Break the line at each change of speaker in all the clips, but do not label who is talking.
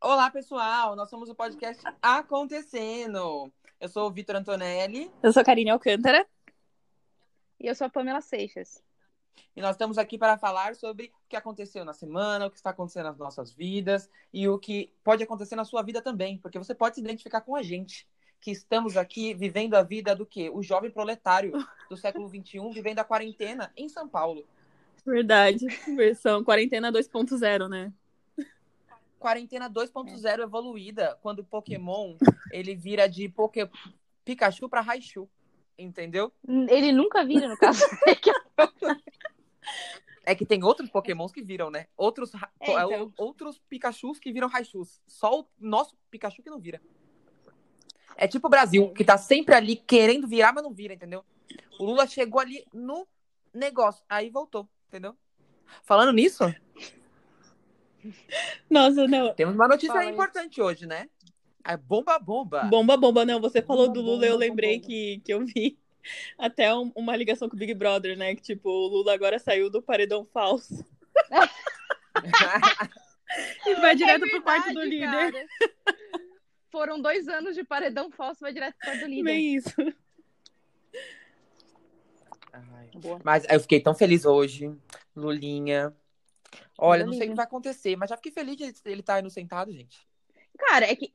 Olá, pessoal! Nós somos o podcast Acontecendo. Eu sou o Vitor Antonelli
Eu sou Karine Alcântara.
E eu sou a Pamela Seixas.
e nós estamos aqui para falar sobre o que aconteceu na semana, o que está acontecendo nas nossas vidas e o que pode acontecer na sua vida também, porque você pode se identificar com a gente, que estamos aqui vivendo a vida do quê? O jovem proletário do século XXI vivendo a quarentena em São Paulo.
Verdade. Versão quarentena 2.0, né?
Quarentena 2.0 evoluída, quando o Pokémon ele vira de Poké... Pikachu para Raichu, entendeu?
Hum, Ele nunca vira, no caso.
É que tem outros pokémons que viram, né? Outros, ra-
É,
é,
então.
o- outros Pikachus que viram Raichus. Só o nosso Pikachu que não vira. É tipo o Brasil, que tá sempre ali querendo virar, mas não vira, entendeu? O Lula chegou ali no negócio, aí voltou, entendeu? Falando nisso,
Nossa, não.
temos uma notícia
Fala aí.
importante hoje, né? É bomba, bomba.
Bomba, bomba, não. Você falou
Bomba,
do Lula,
bomba,
eu
bomba,
lembrei
bomba.
que, que eu vi até um- uma ligação com o Big Brother, né? Que tipo, o Lula agora saiu do paredão falso
É
e vai direto pro quarto do líder.
Foram dois anos de paredão falso, vai direto pro quarto do líder.
Bem isso.
Ai.
Boa.
Mas eu fiquei tão feliz hoje, Lulinha. Olha, não sei o que
Lulinha.
vai acontecer, mas já fiquei feliz de ele estar tá inocentado, gente.
Cara, é que.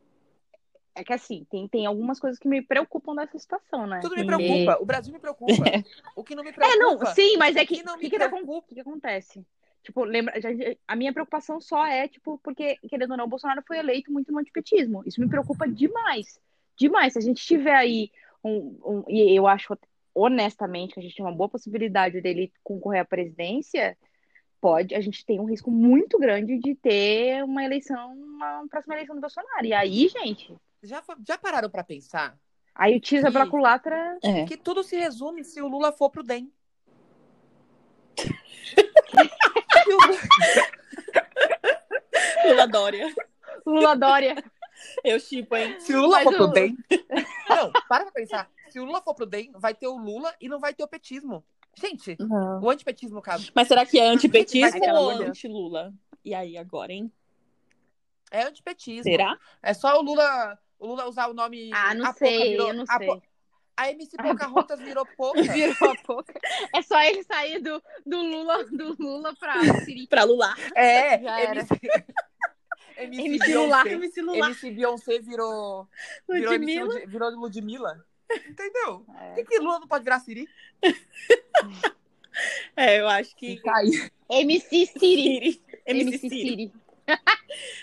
É que assim, tem, tem algumas coisas que me preocupam nessa situação, né?
Tudo me
Porque-
preocupa. O Brasil me preocupa. O que não me preocupa.
É, não, sim, mas é que.
E não
O
me
que, que, tá
preocupa.
acon- o que que acontece? Tipo, lembra, já- já- a minha preocupação só é, tipo, porque, querendo ou não, o Bolsonaro foi eleito muito no antipetismo. Isso me preocupa demais. Demais. Se a gente tiver aí um. um- e eu acho, honestamente, que a gente tem uma boa possibilidade dele concorrer à presidência, pode, a gente tem um risco muito grande de ter uma eleição, uma próxima eleição do Bolsonaro. E aí, gente,
Já, fa- já pararam pra pensar
aí o Tisa
Ih.
pela culatra.
É.
que tudo se resume se o Lula for pro DEM. Se o Lula-
Lula Dória.
Lula Dória.
Eu chipo, hein?
se o Lula
Mas
for pro
o-
DEM. Não, para pra pensar. Se o Lula for pro DEM, vai ter o Lula e não vai ter o petismo. Gente, o antipetismo, no caso.
Mas será que é antipetismo
Aquela
ou
olhada.
anti-Lula? E aí, agora, hein?
É antipetismo.
Será?
É só o Lula, o Lula usar o nome.
Ah, não
a Poca
sei,
virou-
eu não
a
sei.
Po- A MC Pocahontas virou Poca.
Virou a boca.
É só ele sair do, do Lula do Lula pra Siri.
Pra Lula.
É,
Já era.
MC.
MC
Beyoncé.
Lula.
MC Lula.
MC Beyoncé virou. Virou MC
Ludmilla.
Lud- virou Ludmilla. Entendeu?
É.
Por que, que Lula não pode virar Siri?
É, eu acho que...
MC Siri.
Siri. MC Siri.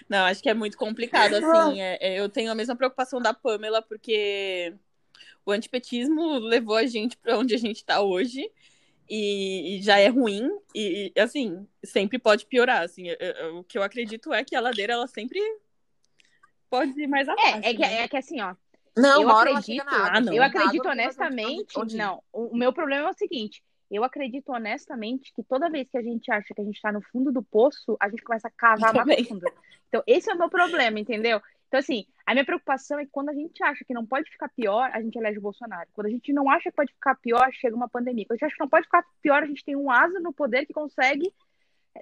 Não, acho que é muito complicado, assim. é- é, eu tenho a mesma preocupação da Pamela, porque o antipetismo levou a gente para onde a gente tá hoje. E, e já é ruim. E, e, assim, sempre pode piorar. Assim, Eu- eu- o que eu acredito é que a ladeira, ela sempre pode ir mais abaixo.
É, é que,
né?
é que assim, ó.
Ah, Não,
eu
uma hora ela
acredito.
chega na água.
Ah, não.
eu
Na
acredito
água não tem mais
honestamente.
onde ir.
Não, o, o meu problema é o seguinte. Eu acredito honestamente que toda vez que a gente acha que a gente tá no fundo do poço, a gente começa a cavar
Eu também.
mais fundo. Então, esse é o meu problema, entendeu? Então, assim, a minha preocupação é que quando a gente acha que não pode ficar pior, a gente elege o Bolsonaro. Quando a gente não acha que pode ficar pior, chega uma pandemia. Quando a gente acha que não pode ficar pior, a gente tem um asa no poder que consegue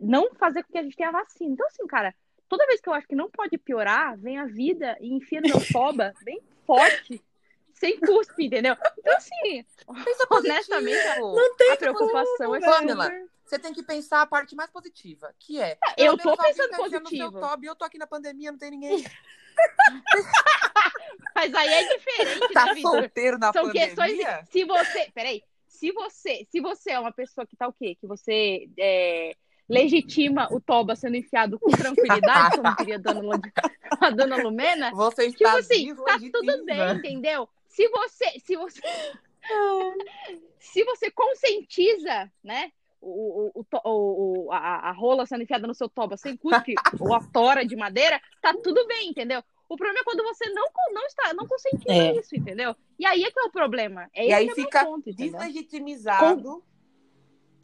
não fazer com que a gente tenha vacina. Então, assim, cara, toda vez que eu acho que não pode piorar, vem a vida e enfia no meu soba bem forte, sem cuspe, entendeu? Então, assim,
Pensa
honestamente,
positivo.
Não tem
a preocupação é
Pamela,
super-
Você tem que pensar a parte mais positiva, que é.
eu
pelo
tô
menos alguém
pensando
tá enfiando o seu
positivo.
Toba e eu tô aqui na pandemia, não tem ninguém.
Mas aí é diferente, né,
Tá
Vitor?
solteiro na
São
pandemia.
questões. Se você. Peraí. Se você, se você é uma pessoa que tá o quê? Que você é, legitima o Toba sendo enfiado com tranquilidade, como diria a dona, Lu- a dona Lumena,
Você
Tipo
está
assim,
vivo, é
tá
de
tudo
cinza.
bem, entendeu? Se você, se você, se você conscientiza, né? O, o- o to- o- o- a, a rola sendo enfiada no seu toba sem cuspe ou a tora de madeira, tá tudo bem, entendeu? O problema é quando você não, con- não está, não conscientiza
É.
isso, entendeu? E aí é que é o problema. É
E
esse
aí
que é o meu
fica
ponto, entendeu?
Deslegitimizado.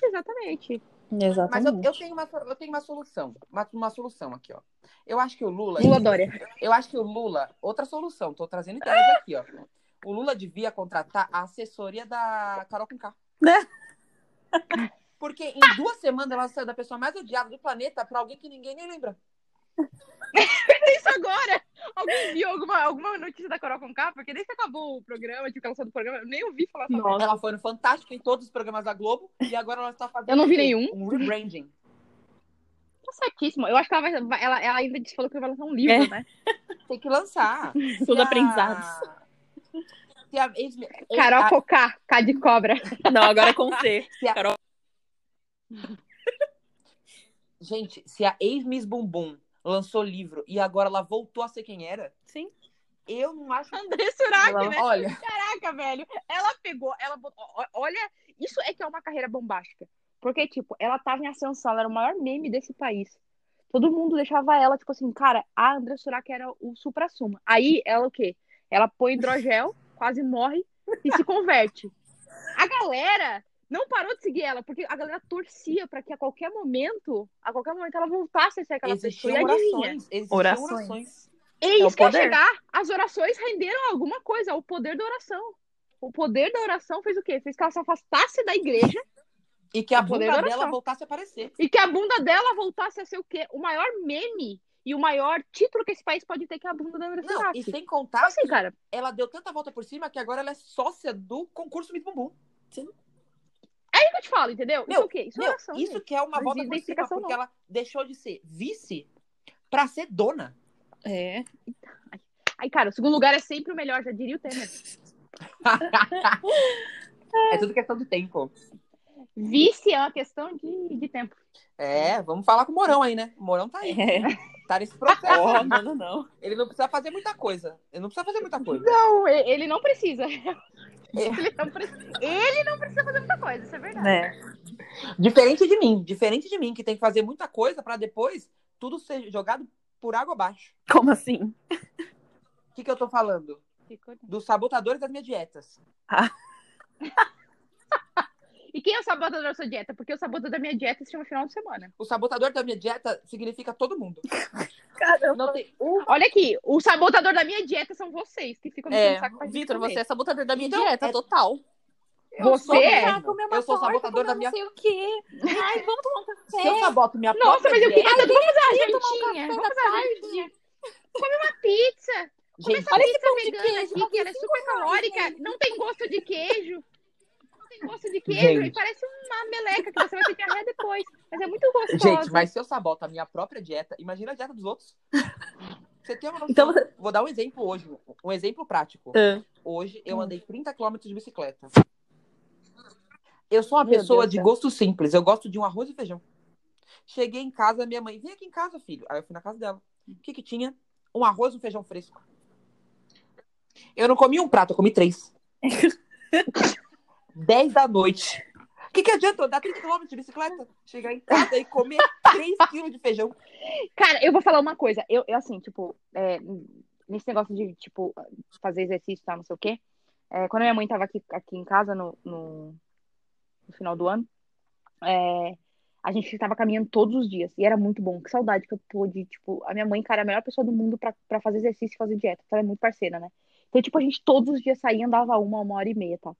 Exatamente.
Mas eu,
Exatamente.
eu tenho uma, eu tenho uma solução. Uma, uma solução aqui, ó. Eu acho que o Lula.
Lula Dória.
Eu acho que o Lula, outra solução, tô trazendo ideias aqui, ó. O Lula devia contratar a assessoria da Carol Conká.
Né?
Porque em duas semanas ela saiu da pessoa mais odiada do planeta pra alguém que ninguém nem lembra.
Isso agora. Alguém viu alguma, alguma notícia da Carol Conká? Porque desde que acabou o programa, tipo, que ela saiu do programa, eu nem ouvi falar sobre
Ela foi no Fantástico em todos os programas da Globo e agora ela está fazendo
Eu não vi nenhum.
um rebranding.
Tá certíssimo. Eu acho que ela, vai, vai- ela, ela ainda disse- falou que vai lançar um livro,
É.
né?
Tem que lançar.
Tudo
Se a-
aprendizados.
Se a ex-
Carol
a-
Conká, K de cobra.
Não, agora é com C.
Gente, se a ex-Miss Bumbum lançou livro e agora ela voltou a ser quem era,
Sim.
eu não acho.
Andressa Urach,
Ela-
né?
Olha,
Caraca, velho. Ela pegou, ela botou. ó- Olha, isso é que é uma carreira bombástica. Porque, tipo, ela tava em ascensão, ela era o maior meme desse país. Todo mundo deixava ela, tipo assim, cara, a André Surak era o supra-sumo. Aí ela o quê? Ela põe hidrogel, quase morre e se converte. A galera não parou de seguir ela, porque a galera torcia pra que a qualquer momento, a qualquer momento ela voltasse a ser aquela pessoa. E
existiam
adivinha?
orações. Existiam
Orações.
orações.
É
É
isso
o
que eu ia
poder.
chegar. As orações renderam alguma coisa, o poder da oração. O poder da oração fez o quê? Fez que ela se afastasse da igreja
E que a
O poder
bunda
da
dela
oração.
voltasse a aparecer.
e que a bunda dela voltasse a ser o quê? O maior meme e o maior título que esse país pode ter, que é a bunda da André
Não, e
Surak.
sem contar
Assim, cara,
ela deu tanta volta por cima que agora ela é sócia do concurso Miss Bumbum.
é isso que eu te falo, entendeu?
Meu,
isso é o quê? Isso é
Meu,
oração.
isso
gente.
que é uma
Não
volta
existe
por cima,
identificação,
porque
não.
ela deixou de ser vice pra ser dona.
É.
Aí, cara, o segundo lugar é sempre o melhor, já diria o Temer.
é tudo questão de tempo.
Vice é uma questão de, de tempo.
É, vamos falar com o Morão aí, né? O Morão tá aí.
é,
Tá nesse processo.
Oh, não, não, não.
Ele não precisa fazer muita coisa. Ele não precisa fazer muita coisa.
Não, e- ele não precisa.
É.
Ele não precisa, ele não precisa fazer muita coisa, isso é verdade.
Né?
É.
Diferente de mim. Diferente de mim, que tem que fazer muita coisa pra depois tudo ser jogado por água abaixo.
Como assim?
O que, que eu tô falando?
Ficou-
Dos sabotadores das minhas dietas.
E quem é o sabotador da sua dieta? Porque o sabotador da minha dieta se chama final de semana.
O sabotador da minha dieta significa todo mundo.
Caramba.
Não tem um
Olha aqui, o sabotador da minha dieta são vocês, que ficam me enchendo o saco pra
É,
gente
Vitor,
comer.
você é sabotador da minha
Então,
dieta,
é-
total.
Você é?
Ah, comer uma Eu sou torta, sabotador comer da um minha-
não sei o quê. Ai, vamos tomar um café.
Se eu saboto minha
Nossa,
própria
mas eu
dieta-
queria... Vamos à
tomar
jantinha, vamos à jantinha. Come uma pizza,
Gente,
olha esse
pão de
vegana
queijo,
aqui, que ela é super calórica, não tem gosto de queijo. Não tem gosto de queijo
Gente.
e parece uma meleca que você vai ter diarreia depois. Mas é muito gostosa.
Gente, mas se eu saboto a minha própria dieta, imagina a dieta dos outros. Você tem uma noção?
Então você-
Vou dar um exemplo hoje, um exemplo prático.
Ah.
Hoje
Hum.
eu andei 30 km de bicicleta. Eu sou uma
Meu
pessoa
Deus
de
do céu.
gosto simples, eu gosto de um arroz e feijão. Cheguei em casa, minha mãe, vem aqui em casa, filho. Aí eu fui na casa dela. O que que tinha? Um arroz e um feijão fresco. Eu não comi um prato, eu comi três. 10 da noite. O que, que adianta eu andar 30 km de bicicleta? Chegar em casa e comer 3 quilos de feijão.
Cara, eu vou falar uma coisa. Eu, eu, assim, tipo, é, nesse negócio de, tipo, fazer exercício e tal, não sei o quê. é, quando minha mãe tava aqui, aqui em casa no, no, no final do ano, é, a gente tava caminhando todos os dias. E era muito bom. Que saudade que eu tô de, tipo, a minha mãe, cara, é a melhor pessoa do mundo pra, pra fazer exercício e fazer dieta. Ela é muito parceira, né? Então, tipo, a gente todos os dias saía, andava uma, uma hora e meia e tal.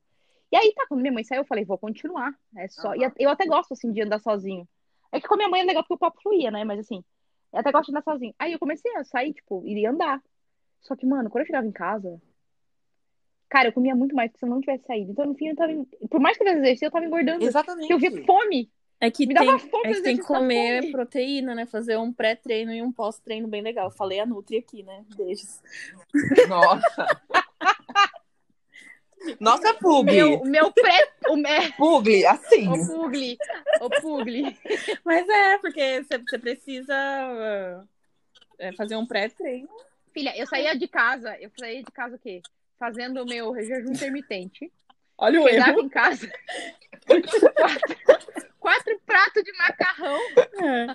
E aí, tá, quando minha mãe saiu, eu falei, vou continuar. É só. E eu até gosto, assim, de andar sozinho. É que com a minha mãe é legal porque o papo fluía, né? Mas assim, eu até gosto de andar sozinho. Aí eu comecei a sair, tipo, iria andar. Só que, mano, quando eu chegava em casa, cara, eu comia muito mais que se eu não tivesse saído. Então, no fim, eu tava. en- Por mais que eu fizesse exercício, eu tava engordando.
Exatamente.
Porque eu via fome.
É que
Me
tem,
dava fome
é que tem
fazer
que
exercício, dava
comer
fome.
proteína, né? Fazer um pré-treino e um pós-treino bem legal. Falei a Nutri aqui, né? Beijos.
Nossa. Nossa, Pugli.
Meu, meu pré. O, me-
Pugli, assim.
o Pugli. O Pugli.
Mas é, porque você- você precisa ah, é, fazer um pré-treino.
Filha, eu saía de casa. Eu saía de casa o quê? Fazendo o meu jejum intermitente.
Olha o erro.
Chegava em casa. quatro, quatro pratos de macarrão.
É.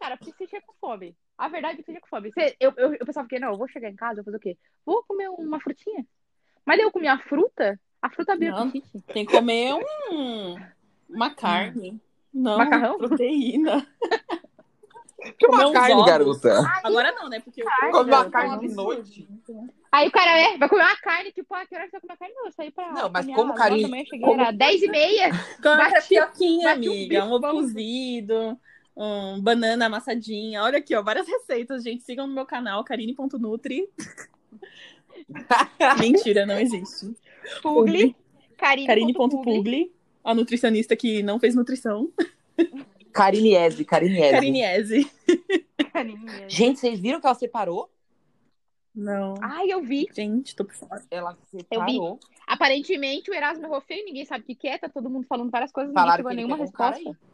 cara, porque você chega com fome. A verdade é que você chega com fome. Você- eu, eu, eu pensava que, não, eu vou chegar em casa, eu vou fazer o quê? Vou comer uma frutinha. Mas daí eu comi a fruta, a fruta abriu o
Não.
apetite.
Tem que comer um, uma carne. Não,
Macarrão?
proteína.
Que
Comeu
uma
uns
carne,
ovos.
garota.
Agora não, né? Porque eu
Come uma
eu-
carne
eu-
de noite.
Aí o cara, é, vai comer uma carne, tipo, ah, que hora você vai comer a carne? Não, eu saí pra.
Não, mas
comer
como
às
carinho-
nove da manhã, eu cheguei,
como-
era 10 e meia.
Come uma
Bate-
tapioquinha,
bate um
amiga. Um ovo
bife, vamos.
cozido. um banana amassadinha. Olha aqui, ó, várias receitas, gente. Sigam no meu canal, carine.nutri. Mentira, não existe.
Publi. Carine.publi.
Carine.publi, a nutricionista que não fez nutrição.
Cariniese,
É.
Cariniese.
Cariniese.
Gente, vocês viram que ela separou?
Não.
Ai, eu vi.
Gente, tô por fora.
Ela separou.
Aparentemente, o Erasmo errou feio, ninguém sabe o que, que é, tá todo mundo falando várias coisas, ninguém
Falaram
chegou
que
a
ele
nenhuma
pegou um cara
resposta.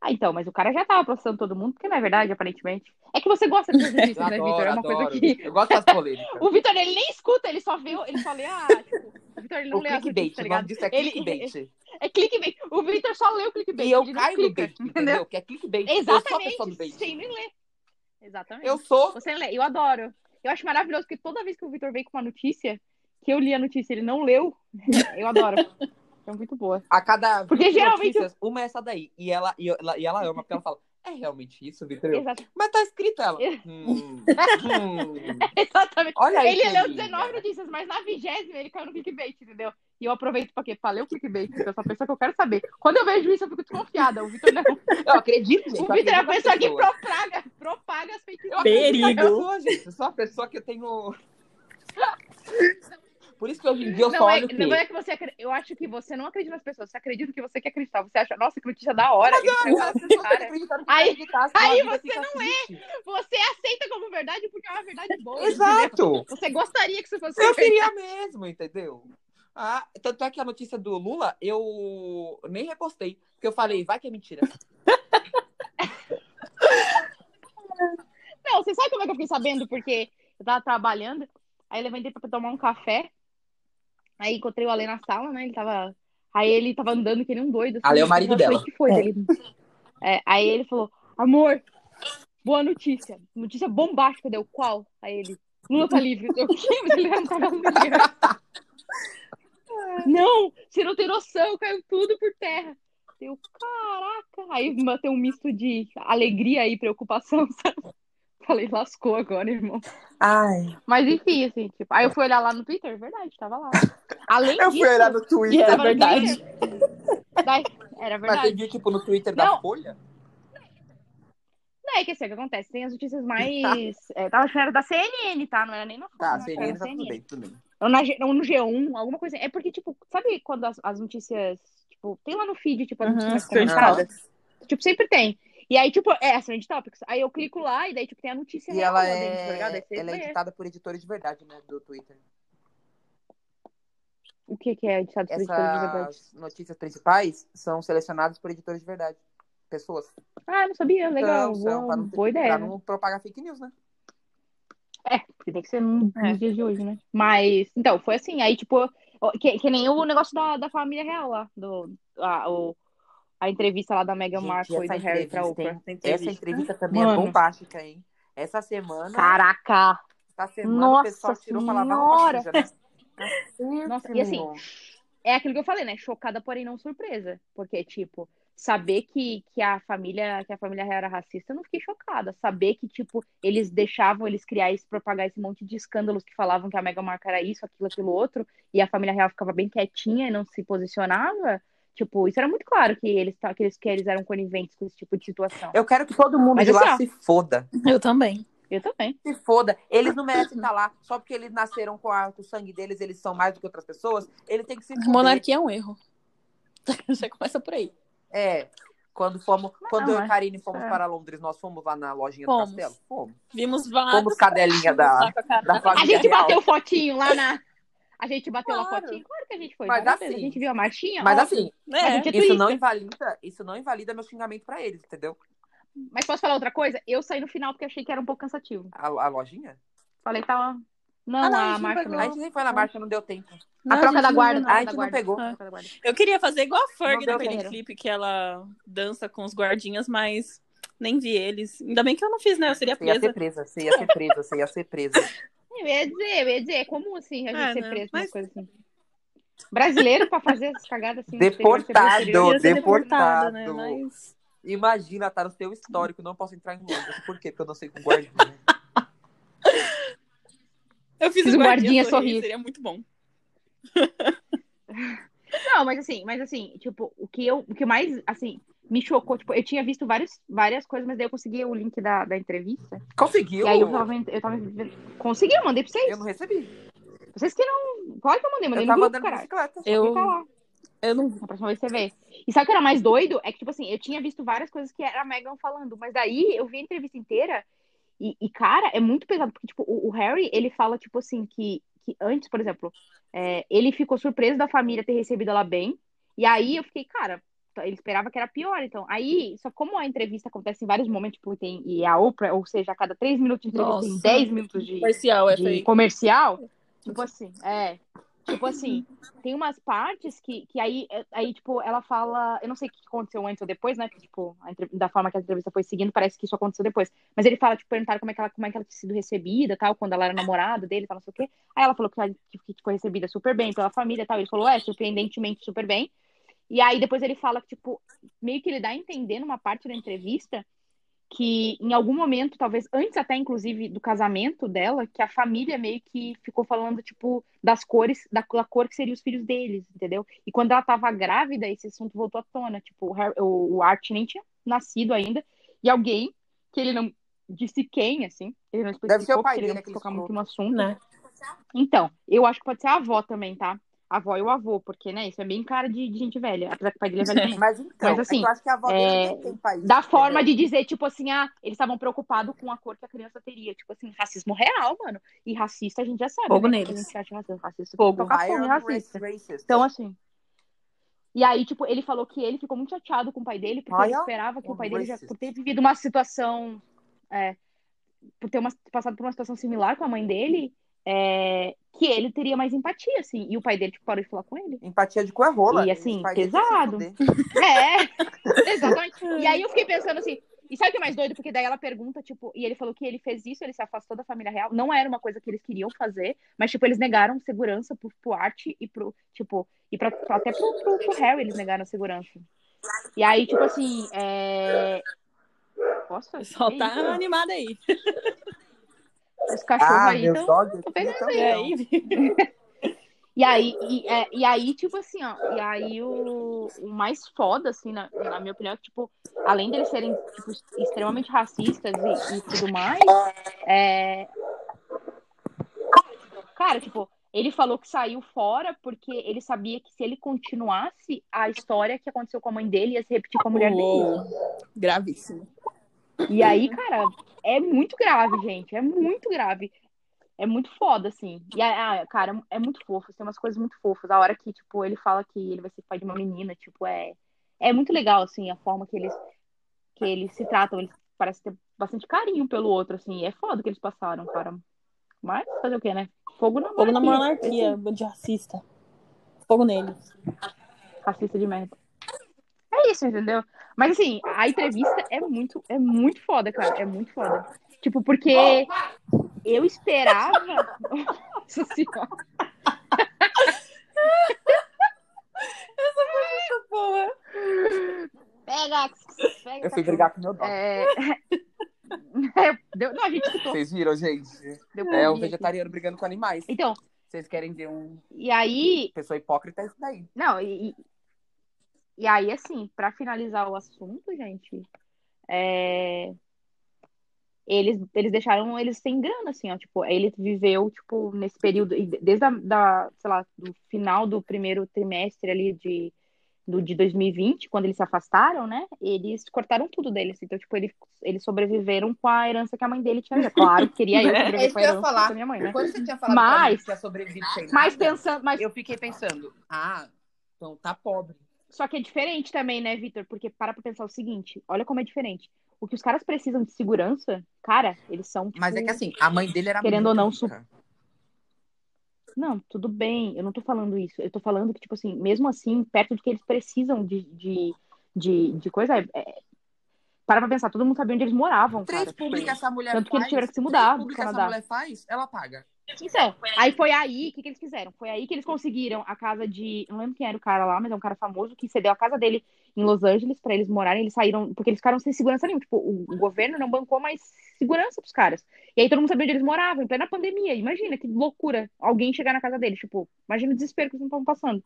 Ah, então, mas o cara já tava processando todo mundo, porque não é verdade, aparentemente. É que você gosta de fazer isso,
Eu
né,
adoro,
Vitor? É uma
adoro.
coisa que.
Eu gosto das polêmicas.
O Vitor, ele nem escuta, ele só vê, ele só lê a. Tipo, o Vitor, ele não
o
lê a
clickbait, o
tá ligado?
nome disso é
Ele-
clickbait.
É clickbait. O Vitor só lê o clickbait.
E eu
ele não
caio no
clica.
bait, entendeu? Que é clickbait. Eu sou a pessoa do
Exatamente,
bait.
sem nem ler. Exatamente.
Eu sou.
Você lê, eu adoro. Eu acho maravilhoso, porque toda vez que o Vitor vem com uma notícia, que eu li a notícia e ele não leu, eu adoro. É muito boa.
A cada
Porque
20
geralmente
notícias, uma é essa daí. E ela, e, ela, e ela ama, porque ela fala, é realmente isso, Vitor? Eu,
Exato-
Mas tá escrito ela. Hum, hum.
Exatamente.
Olha aí.
Ele leu
Paulinha.
19 notícias, mas na vigésima ele caiu no clickbait, entendeu? E eu aproveito pra quê? Pra ler o clickbait, porque eu sou a pessoa que eu quero saber. Quando eu vejo isso, eu fico desconfiada. O Vitor não.
Eu acredito, gente.
O
eu
Vitor é a
acredito na
pessoa que propaga, propaga as fake
Eu
news.
acredito na
Perigo.
pessoa, gente. Eu sou a pessoa que eu tenho... Por isso que hoje em dia eu só
Não é,
olho o quê?
não é que você acre- Eu acho que você não acredita nas pessoas. Você acredita no que você quer acreditar. Você acha, nossa, que notícia da hora. ele saiu
As
dessa
pessoas
cara.
que acreditaram que
Aí- é.
acreditassem,
aí
a vida fica triste.
Você aceita como verdade porque é uma verdade boa. entendeu?
Exato!
Você gostaria que isso fosse
Eu
verdade.
queria mesmo, entendeu? Ah, tanto é que a notícia do Lula, eu nem repostei. Porque eu falei, vai que é mentira.
Não, você sabe como é que eu fiquei sabendo? Porque eu tava trabalhando, aí eu levantei pra tomar um café. Aí encontrei o Ale na sala, né? Ele tava. Aí ele tava andando que nem um doido.
Ale é o marido
eu falei,
dela.
"Que foi?" Ele- É, aí ele falou: amor, boa notícia. Notícia bombástica, deu qual? Aí ele. Lula tá livre. Eu, "Que?" Mas ele era um cagão de dinheiro. Não, você não tem noção, caiu tudo por terra. Eu, caraca. Aí bateu um misto de alegria e preocupação, sabe? Falei, lascou agora, irmão.
Ai,
Mas enfim, assim, tipo. Aí eu fui olhar lá no Twitter, verdade, tava lá. Além disso.
no
E
Twitter.
era
tava no
verdade.
Twitter. Daí-
Mas
era é verdade.
você viu, tipo, no Twitter da
Não.
Folha?
Não, é que assim, o que acontece? Tem as
Tá.
notícias mais. é, tava achando que era da CNN, tá? Não era nem na Folha,
Tá,
não, acho que era
CNN
na
tá tudo bem, tudo bem.
Ou, na G- ou no G1, alguma coisa. É porque, tipo, sabe quando as, as notícias. Tipo, tem lá no feed, tipo, as
Uhum,
notícias
trend
comentadas?
topics.
Tipo, sempre tem. E aí, tipo, é, as trend topics. Aí eu clico lá e daí, tipo, tem a notícia
E
real
ela
lá dentro, tá
é,
ligado? Aí você
ela é
vê.
editada por editores de verdade, né, do Twitter.
O que que é ditado por editor de verdade?
Essas notícias principais são selecionadas por editores de verdade. Pessoas.
Ah, não sabia. Legal.
Então, são
boa,
pra não, ter-
boa ideia.
pra
né?
não propagar fake news, né?
Porque tem que ser no-
É.
nos dias de hoje, né? Mas, então, foi assim. Aí, tipo, ó, que, que nem o negócio da, da família real lá. Do, a, o- a entrevista lá da Meghan
Gente,
Markle e do
essa
Harry pra
entrevista,
Oprah.
hein? Essa entrevista também é
Mano.
bombástica, hein? Essa semana,
Caraca!
essa semana o
Nossa
pessoal tirou pra
Senhora!
lavar roupa suja, né?
Nossa,
Caceta,
e assim,
meu.
é aquilo que eu falei, né? Chocada, porém não surpresa. Porque, tipo, saber que, que a família, que a família real era racista, eu não fiquei chocada. Saber que, tipo, eles deixavam eles criar esse, propagar esse monte de escândalos que falavam que a Meghan Markle era isso, aquilo, aquilo outro, e a família real ficava bem quietinha e não se posicionava. Tipo, isso era muito claro que eles, ta- que eles, que eles eram coniventes com esse tipo de situação.
Eu quero que todo mundo
Mas
de
assim,
lá
ó.
se foda.
Eu também.
Eu também.
Se foda. Eles não merecem estar lá. Só porque eles nasceram com, a- com o sangue deles, eles são mais do que outras pessoas. Eles têm que se foder.
Monarquia é um erro. Já começa por aí.
É. Quando fomos, quando eu e
mas-
a Karine fomos
é.
para Londres, nós fomos lá na lojinha
Fomos.
do castelo? Fomos.
Vimos vários.
Fomos cadelinha é da,
É.
da
A
família
gente
real.
bateu fotinho lá na. A gente bateu lá
Claro.
fotinho. Claro que a gente foi.
Mas
várias vezes.
assim-
A gente viu a marchinha.
Mas
óbvio.
assim,
Mas a
É.
gente é
isso não
turista.
invalida, isso não invalida meu xingamento pra eles, entendeu?
Mas posso falar outra coisa? Eu saí no final porque achei que era um pouco cansativo.
A, a lojinha?
Falei, tá. Não,
Ah, não, a
a,
gente não
marcha
pegou.
não.
A gente nem foi na marcha, não deu tempo.
Não,
a troca
gente,
da
não
guarda.
deu,
a
não.
gente não pegou.
É.
A troca da guarda.
Eu queria fazer igual a
Não
Ferg
deu
naquele
dinheiro.
clipe que ela dança com os guardinhas, mas nem vi eles. Ainda bem que eu não fiz, né? Eu seria
Você ia ser
presa.
presa, você ia ser presa, você ia ser presa.
Eu ia dizer, eu ia dizer, é comum assim a gente
Ah,
ser
não,
preso,
mas-
umas coisas assim. Brasileiro pra fazer essas cagadas assim. no exterior, ser
Deportado,
preso no exterior.
ia ser deportada,
deportado.
né? Mas...
Imagina, tá no seu histórico, não posso entrar em Londres. Por quê? Porque eu não sei com guardinha.
Eu fiz,
Fiz
o
o
guardinha,
guardinha
sorrir,
sorrir.
seria muito bom.
Não, mas assim, mas assim, tipo, o que eu, o que mais, assim, me chocou. Tipo, eu tinha visto vários, várias coisas, mas daí eu consegui o link da, da entrevista.
Conseguiu?
E aí eu tava vendo. Eu tava vendo- Consegui, eu mandei pra vocês.
Eu não recebi.
Vocês que não. Claro que eu mandei,
Eu
mandei no
tava
grupo,
andando de
caralho.
bicicleta.
Eu-
Fica lá.
Eu não vi.
Na próxima vez você vê. E sabe o que era mais doido? É que, tipo assim, eu tinha visto várias coisas que era a Megan falando, mas daí eu vi a entrevista inteira e, e, cara, é muito pesado, porque, tipo, o, o Harry, ele fala, tipo assim, que, que antes, por exemplo, é, ele ficou surpreso da família ter recebido ela bem, e aí eu fiquei, cara, t- ele esperava que era pior, então. Aí, só como a entrevista acontece em vários momentos, tipo, tem, e a Oprah, ou seja, a cada três minutos de entrevista tem
Nossa.
10 minutos de,
Parcial, é
de
feio.
comercial. Tipo assim, é. Tipo assim, tem umas partes que, que aí, aí, tipo, ela fala. Eu não sei o que aconteceu antes ou depois, né? Porque, tipo, a entre- da forma que a entrevista foi seguindo, parece que isso aconteceu depois. Mas ele fala, tipo, perguntaram como é que ela, como é que ela tinha sido recebida, tal, quando ela era namorada dele, tal, não sei o quê. Aí ela falou que, ela- que, que foi recebida super bem pela família tal. Ele falou, é, surpreendentemente super bem. E aí depois ele fala que, tipo, meio que ele dá a entender numa parte da entrevista que em algum momento, talvez antes até inclusive do casamento dela, que a família meio que ficou falando, tipo, das cores, da, da cor que seriam os filhos deles, entendeu? E quando ela tava grávida, esse assunto voltou à tona, tipo, o, Har- o, o Art nem tinha nascido ainda, e alguém que ele não disse quem, assim, ele não especificou,
Deve ser o pai
porque ele
dele
não
que
quis tocar
ele
muito no assunto.
Né?
Então, eu acho que pode ser a avó também, tá? A avó e o avô, porque, né, isso é bem cara de, de gente velha, apesar que o pai dele é velho também.
Mas então,
Mas, assim,
é que eu acho que a avó
é,
dele não tem tempo aí.
Da forma de dizer, tipo assim, ah, eles estavam preocupados com a cor que a criança teria. Tipo assim, racismo real, mano. E racista a gente já sabe.
Fogo
né?
neles.
Que A gente acha racista, racista
Fogo.
tem que
é
tocar
um
fogo em racista. Então, assim. E aí, tipo, ele falou que ele ficou muito chateado com o pai dele, porque ele
Olha,
esperava que o pai
um
dele já,
racist.
por ter vivido uma situação. é, por ter uma, passado por uma situação similar com a mãe dele, é, que ele teria mais empatia, assim. E o pai dele, tipo, parou de falar com ele.
Empatia de cu é rola.
E, assim,
Esse tipo pai dele tem que se
pesado.
fuder.
É, exatamente. E aí eu fiquei pensando assim, e sabe o que é mais doido? Porque daí ela pergunta, tipo, e ele falou que ele fez isso, ele se afastou da família real, não era uma coisa que eles queriam fazer, mas, tipo, eles negaram segurança pro, pro Art e pro, tipo, e pra, pra- até pro, pro, pro Harry eles negaram segurança. E aí, tipo assim, é... Nossa,
O pessoal
que
tá
isso?
animado aí.
Os cachorros
Ah,
aí então.
meus
tão-
dogs
tô
aqui
E
pegando
também.
É, aí,
E aí, e, é, e aí, tipo assim, ó, e aí o, o mais foda, assim, na, na minha opinião, é que, tipo, além deles serem tipo, extremamente racistas e, e tudo mais, é... cara, tipo, ele falou que saiu fora porque ele sabia que se ele continuasse, a história que aconteceu com a mãe dele ia se repetir com a mulher dele.
Uou. Gravíssimo.
E aí, cara, é muito grave, gente. É muito grave. É muito foda, assim. E, ah, cara, é muito fofo. Tem umas coisas muito fofas. A hora que, tipo, ele fala que ele vai ser pai de uma menina, tipo, é... É muito legal, assim, a forma que eles, que eles se tratam. Eles parecem ter bastante carinho pelo outro, assim. E é foda o que eles passaram, cara. Mas fazer o quê, né? Fogo na
Fogo na
monarquia.
monarquia, bando de racista. Fogo nele.
Racista de merda. É isso, entendeu? Mas assim, a entrevista é muito, é muito foda, cara. É muito foda. Tipo, porque eu esperava. Nossa senhora. Pega, pega.
Eu fui brigar com meu dog.
É... É, deu- Não, a gente escutou.
Vocês viram, gente?
Deu
É um
aqui.
vegetariano brigando com animais.
Então,
Vocês querem ver um
e aí,
pessoa hipócrita? É isso daí.
Não, e, e- e aí, assim, pra finalizar o assunto, gente, é, eles, eles deixaram eles sem grana, assim, ó, tipo, ele viveu, tipo, nesse período, e desde a, da, sei lá, do final do primeiro trimestre ali de, do, de 2020, quando eles se afastaram, né, eles cortaram tudo deles, então, tipo, ele, eles sobreviveram com a herança que a mãe dele tinha, dado. claro, queria eu
É
sobreviver
isso
com a
que eu ia
herança
falar.
da minha mãe, né,
Quando você tinha falado
Mas-
pra mim que tinha sobrevivido sem
mas
nada,
pensando, mas
eu fiquei pensando, ah, então tá pobre.
Só que é diferente também, né, Vitor? Porque para pra pensar o seguinte, olha como é diferente. O que os caras precisam de segurança, cara, eles são, tipo,
Mas é que assim, a mãe dele era
Querendo
muito
ou não,
rica.
não, tudo bem, eu não tô falando isso. Eu tô falando que, tipo assim, mesmo assim, perto do que eles precisam de, de, de, de coisa, é- é- para pra pensar, todo mundo sabia onde eles moravam,
Três
cara. Tipo,
públicas essa mulher
tanto que eles
faz,
tiveram que se
três
mudar do
públicas essa
Canadá.
mulher faz, ela paga.
Então, aí foi aí, o que, que eles fizeram? Foi aí que eles conseguiram a casa de. Não lembro quem era o cara lá, mas é um cara famoso que cedeu a casa dele em Los Angeles pra eles morarem. Eles saíram, porque eles ficaram sem segurança nenhuma. Tipo, o, o governo não bancou mais segurança pros caras. E aí todo mundo sabia onde eles moravam, em plena pandemia. Imagina que loucura alguém chegar na casa deles. Tipo, imagina o desespero que eles não estavam passando.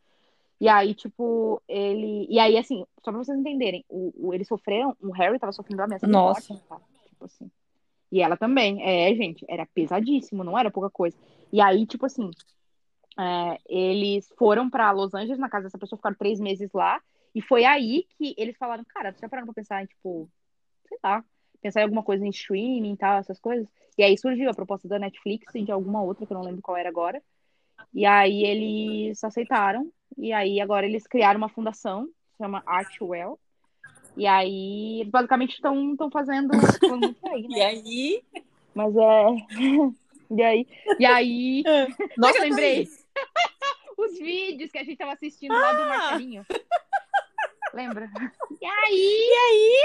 E aí, tipo, ele. E aí, assim, só pra vocês entenderem, o, o, eles sofreram, o Harry tava sofrendo ameaça de
Nossa.
morte, tá? Tipo assim. E ela também, é, gente, era pesadíssimo, não era pouca coisa. E aí, tipo assim, é, eles foram pra Los Angeles, na casa dessa pessoa, ficaram três meses lá. E foi aí que eles falaram, cara, vocês já pararam pra pensar em, tipo, sei lá, pensar em alguma coisa em streaming e tal, essas coisas. E aí surgiu a proposta da Netflix e de alguma outra, que eu não lembro qual era agora. E aí eles aceitaram. E aí agora eles criaram uma fundação, que chama Artwell. E aí, eles basicamente, estão fazendo estão muito aí, né?
E aí.
Mas é. E aí, e aí
Nossa,
que eu lembrei?
Thaís,
os vídeos que a gente tava assistindo lá do
Ah!
Marcelinho. Lembra? E aí?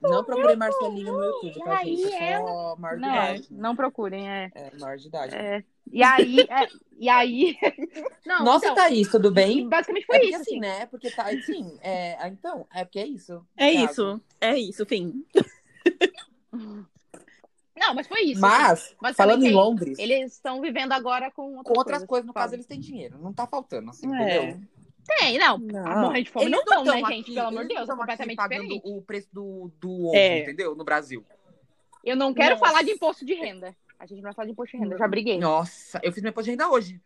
Não procurei Marcelinho no YouTube, tá,
Aí
gente? É só maior de
Não,
idade.
não procurem, é.
É, maior de idade.
É. E aí, é, e aí. Não,
Nossa,
então,
Thaís, tudo bem?
basicamente
é
foi
porque
isso,
assim,
assim.
né? Porque tá, sim, é, ah, então, é porque é isso.
É
Thiago.
isso. É isso, fim.
Não, mas foi isso. assim.
Mas,
Basicamente
falando
é
em
isso.
Londres,
Eles estão vivendo agora com outras
com outras coisas, no
fala.
caso, eles têm dinheiro. Não tá faltando, assim,
É.
entendeu?
Tem, não.
Não.
A morrer de
Ah.
fome
Eles
não estão, né,
tão
gente? Pelo amor
eles
de Deus,
não tão
é
aqui
completamente
pagando
diferente.
o preço do, do ovo,
É.
entendeu? No Brasil.
Eu não quero
Nossa.
falar de imposto de renda. A gente não vai falar de imposto de renda, eu já briguei.
Nossa, eu fiz minha imposto de renda hoje.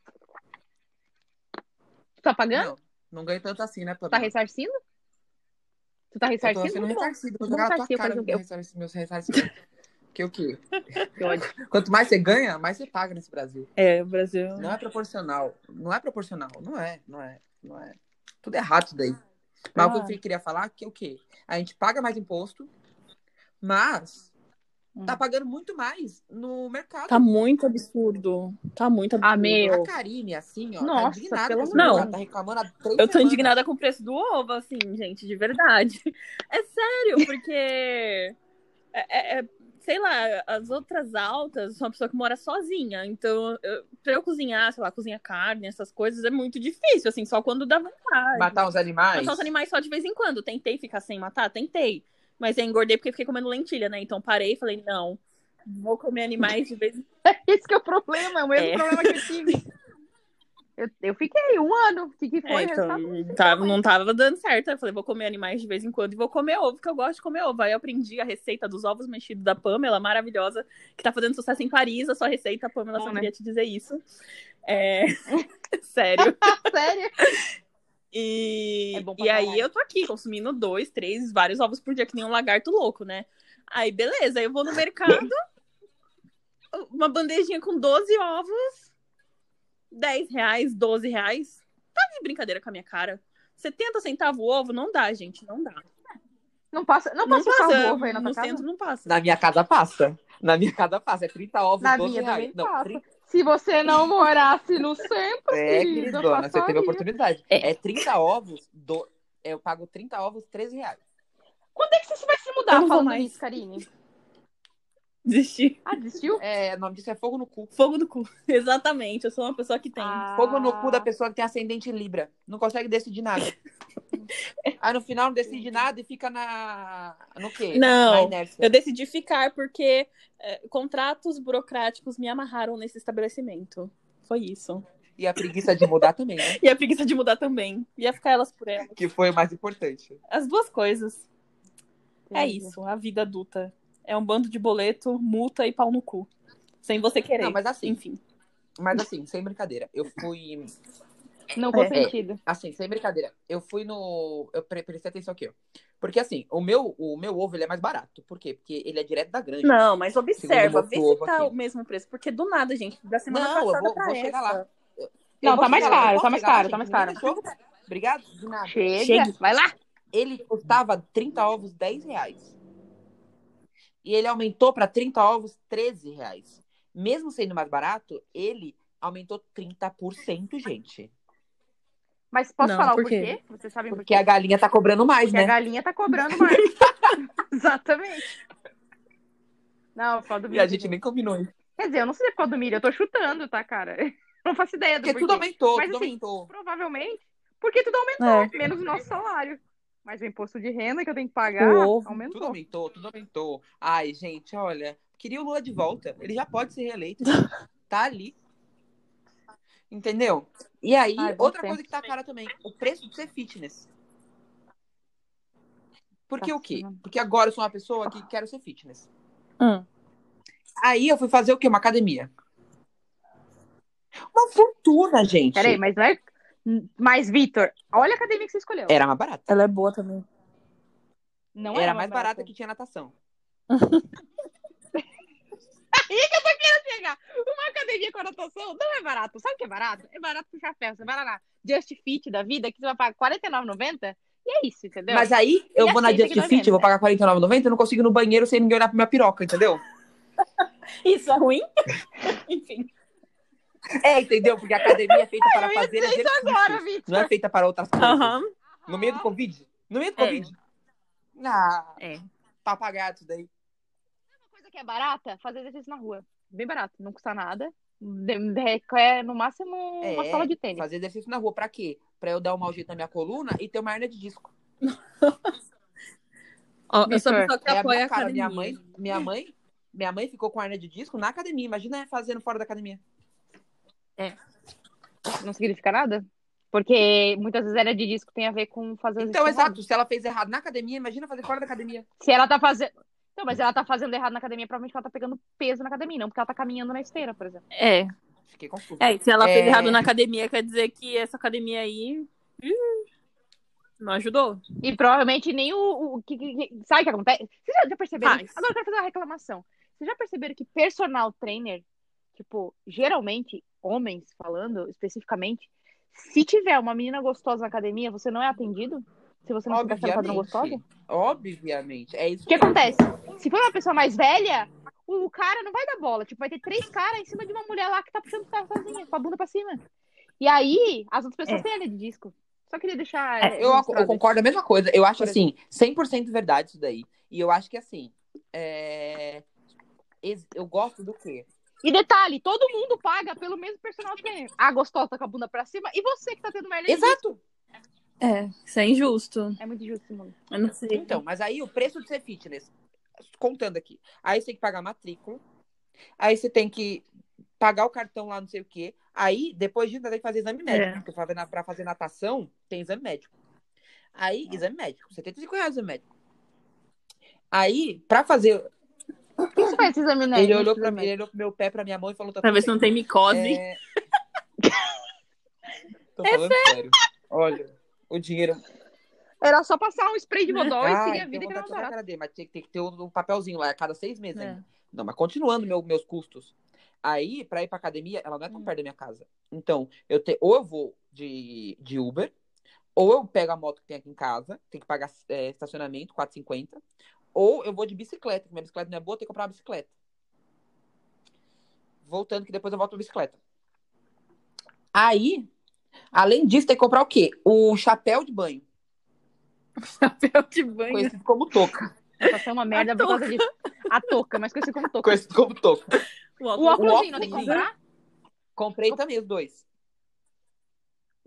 Tu tá pagando?
Não, não ganhei tanto assim, né,
Tu tá
Pamela?
ressarcindo? Tu tá
Eu tô
ressarcindo?
sendo
Muito bom.
ressarcido. Vou
Muito
jogar na
bom,
tua
Tarcísio,
cara
mas
meus ressarci- meus ressarcimentos. Porque o quê?
Que ódio.
Quanto mais você ganha, mais você paga nesse Brasil.
É, o Brasil.
Não é proporcional. Não é proporcional. Não é, não é, não é. Tudo errado isso daí. Mas
Ah.
o que eu queria falar é que o quê? A gente paga mais imposto, mas tá pagando muito mais no mercado.
Hum. Tá muito absurdo. Tá muito absurdo.
Ah, meu.
A Karine, assim, ó, tá
Nossa,
indignada.
pelo
com esse
amor de
mercado,
Deus.
Tá reclamando há três
Eu tô
semanas.
indignada com o preço do ovo, assim, gente, de verdade. É sério, porque. é- é- é- sei lá, as outras altas, sou uma pessoa que mora sozinha. Então, eu, pra eu cozinhar, sei lá, cozinhar carne, essas coisas, é muito difícil, assim, só quando dá vontade.
Matar uns animais.
Matar os animais só de vez em quando. Tentei ficar sem matar, tentei. Mas eu engordei porque fiquei comendo lentilha, né? Então parei e falei, não, vou comer animais de vez em
Esse que é o problema, é o mesmo
É.
problema que eu tive. Eu, eu fiquei um ano. O que, que
É,
foi?
então,
Resultado?
tá- não tava dando certo. Eu falei, vou comer animais de vez em quando e vou comer ovo, que eu gosto de comer ovo. Aí eu aprendi a receita dos ovos mexidos da Pamela, maravilhosa, que tá fazendo sucesso em Paris. A sua receita, Pamela,
Bom,
só
né?
queria te dizer isso. É, Sério.
Sério?
E,
É bom pra
e aí
caralho.
eu tô aqui consumindo dois, três, vários ovos por dia, que nem um lagarto louco, né? Aí beleza, aí eu vou no mercado, uma bandejinha com 12 ovos, 10 reais, 12 reais. Tá de brincadeira com a minha cara. 70 centavos o ovo, não dá, gente, não dá.
Não passa, não passa um carro ovo aí na
no
tua casa?
centro não passa.
Na minha casa passa. Na minha casa passa. É 30 ovos,
Na
12
minha
reais.
também
Não,
passa.
30
Se você não morasse no centro,
É,
querida,
queridona, você teve
passaria.
a oportunidade.
É.
É 30 ovos, do... eu pago 30 ovos, 13 reais.
Quando é que você vai se
Eu
mudar
não vou
falando
mais.
isso, Karine?
Desistir.
Ah, desistiu?
É, o nome disso é fogo no cu.
Fogo no cu. Exatamente, eu sou uma pessoa que tem.
Ah.
Fogo no cu da pessoa que tem ascendente em Libra. Não consegue decidir nada. Aí no final não decide nada e fica na. No quê?
Não,
Na inércia.
Eu decidi ficar porque é, contratos burocráticos me amarraram nesse estabelecimento. Foi isso.
E a preguiça de mudar também, né?
E a preguiça de mudar também. Ia ficar elas por elas.
Que foi o mais importante.
As duas coisas. É
Entendi.
isso, a vida adulta. É um bando de boleto, multa e pau no cu. Sem você querer.
Não, mas assim,
Enfim.
mas assim, sem brincadeira. Eu fui.
Não faz
É.
sentido.
Assim, sem brincadeira. Eu fui no. Eu pre- prestei atenção aqui, ó. Porque assim, o meu, o meu ovo ele é mais barato. Por quê? Porque ele é direto da granja.
Não, mas observa,
observa,
vê
vê se
se
ovo tá aqui.
tá o mesmo preço. Porque do nada, gente, da semana
semana Não, eu
passada
passada vou- pra
pra
vou chegar essa, lá.
Não,
Eu vou
tá mais
chegar lá,
caro,
eu
tá
vou
mais
chegar lá,
caro, tá
gente,
mais
me
caro.
deixou. Obrigado, de
É.
nada.
Chega,
Chegue.
vai lá.
Ele custava 30 ovos 10 reais. E ele aumentou para 30 ovos 13 reais. Mesmo sendo mais barato, ele aumentou 30%, gente.
Mas posso
Não,
falar
por
o
quê?
porquê? Vocês sabem por
Porque
quê?
a galinha tá cobrando mais,
Porque a
né?
galinha tá cobrando mais. Exatamente. Não, por causa do
E
milho.
a gente nem combinou. hein?
Quer dizer, eu não sei se é por causa do milho, eu tô chutando, tá, cara? Não faço ideia do
Porque
porquê.
tudo aumentou,
Mas
tudo
assim,
aumentou.
Provavelmente, porque tudo aumentou,
É.
menos o nosso salário. Mas o imposto de renda que eu tenho que pagar
O ovo,
Tudo
aumentou.
aumentou, tudo aumentou. Ai, gente, olha, queria o Lula de volta. Ele já pode ser reeleito. tá ali. Entendeu? E aí,
Ai, bom
outra
tempo.
coisa que tá cara também, o preço de ser fitness. Porque
Tá
o quê?
cima.
Porque agora eu sou uma pessoa que quero ser fitness.
Hum.
Aí eu fui fazer o quê? Uma academia. Uma fortuna, gente.
Peraí, mas não é. Mas, Vitor, olha a academia que você escolheu.
Era mais barata.
Ela é boa também.
Não é
Era
era
mais barata que tinha natação.
pegar uma academia com anotação não é barato. Sabe o que é barato? É barato puxar ferro. Você vai lá na Just Fit da vida, que você vai pagar R$49,90 e é isso, entendeu?
Mas aí eu
E assim,
vou na
aceita
Just
que dói
Fit, eu vou
menos,
pagar R$49,90, eu não consigo ir no banheiro sem ninguém olhar pra minha piroca, entendeu?
Isso é ruim? Enfim.
É, entendeu? Porque a academia é feita para
eu ia
fazer
dizer
exercícios.
Agora, Vitor.
Não é feita para outras coisas.
Aham.
No meio do Covid? No meio do
É.
Covid? Ah,
É.
papagato daí.
Uma coisa que é barata, fazer exercício na rua. Bem barato, não custa nada. De- Requer, no máximo, uma
É,
sala de tênis.
Fazer exercício na rua, pra quê? Pra eu dar um mau jeito na minha coluna e ter uma hernia de disco.
Ó, eu sou a pessoa
Vitor,
que
É a
apoia
minha
a
cara.
academia.
Minha mãe, minha mãe, minha mãe ficou com hernia de disco na academia. Imagina fazendo fora da academia.
Não significa nada? Porque muitas vezes era de disco tem a ver com fazer
Então,
exercício errado.
exato. Se ela fez errado na academia, imagina fazer fora da academia.
Se ela tá fazendo. Então, mas ela tá fazendo errado na academia, provavelmente ela tá pegando peso na academia, não porque ela tá caminhando na esteira, por exemplo.
É.
Fiquei confusa.
É, e se ela fez
É.
errado na academia, quer dizer que essa academia aí ih, não ajudou.
E provavelmente nem o. o que, que- que- sabe o que acontece? Vocês já, já perceberam?
Faz.
Agora eu quero fazer uma reclamação. Vocês já perceberam que personal trainer, tipo, geralmente, homens falando especificamente, se tiver uma menina gostosa na academia, você não é atendido? Se você não tiver aquela padrão gostosa?
Obviamente. Obviamente. É isso
O que
mesmo.
acontece? Se for uma pessoa mais velha, o cara não vai dar bola. Tipo, vai ter três caras em cima de uma mulher lá que tá puxando o carro sozinha, com a bunda pra cima. E aí, as outras pessoas
É.
têm a de disco. Só queria deixar.
É,
eh,
Eu,
registrado
eu concordo a mesma coisa. Eu acho
Por
assim, 100% verdade isso daí. E eu acho que assim, é, ex- eu gosto do quê?
isso. E detalhe, todo mundo paga pelo mesmo personal trainer. A gostosa tá com a bunda pra cima e você que tá tendo merda. de
Exato.
É, isso é injusto.
disco. É muito justo, mano.
Eu não sei.
Então, mas aí o preço de ser fitness, contando aqui. Aí você tem que pagar matrícula. Aí você tem que pagar o cartão lá, não sei o quê. Aí, depois disso, ainda tem que fazer exame médico.
É.
Porque pra fazer- pra fazer natação, tem exame médico. Aí,
É.
exame médico. R$ 75 reais o exame médico. Aí, pra fazer.
Por que você faz esse exame, né?
Ele olhou, pra,
Esse
mim,
exame.
ele olhou pro meu pé, pra minha mão e falou: tá
Pra
tudo
ver se
bem.
não tem micose.
É... Tô falando
É
sério. Olha, o dinheiro.
Era só passar um spray de bodol e
Ah,
seguir a
então
vida que
vontade
era
de chorar a
barato.
cara dele, mas tem, tem que ter um um papelzinho lá a cada seis meses
É.
ainda. Não, mas continuando meu- meus custos. Aí, pra ir pra academia, ela não é tão perto da minha casa. Então, eu te, ou eu vou de, de Uber, ou eu pego a moto que tem aqui em casa, tem que pagar é, estacionamento, 4,50. Ou eu vou de bicicleta, porque minha bicicleta não é boa, tem que comprar uma bicicleta. Voltando que depois eu volto pra bicicleta. Aí, além disso, tem que comprar o quê? O chapéu de banho,
Papel um de banho.
conhecido como touca.
Passar uma merda
A
por causa disso. A touca, mas conheci como touca.
Conhecido como touca.
O
O
óculos.
óculos não tem que
óculos.
comprar?
Comprei também os dois.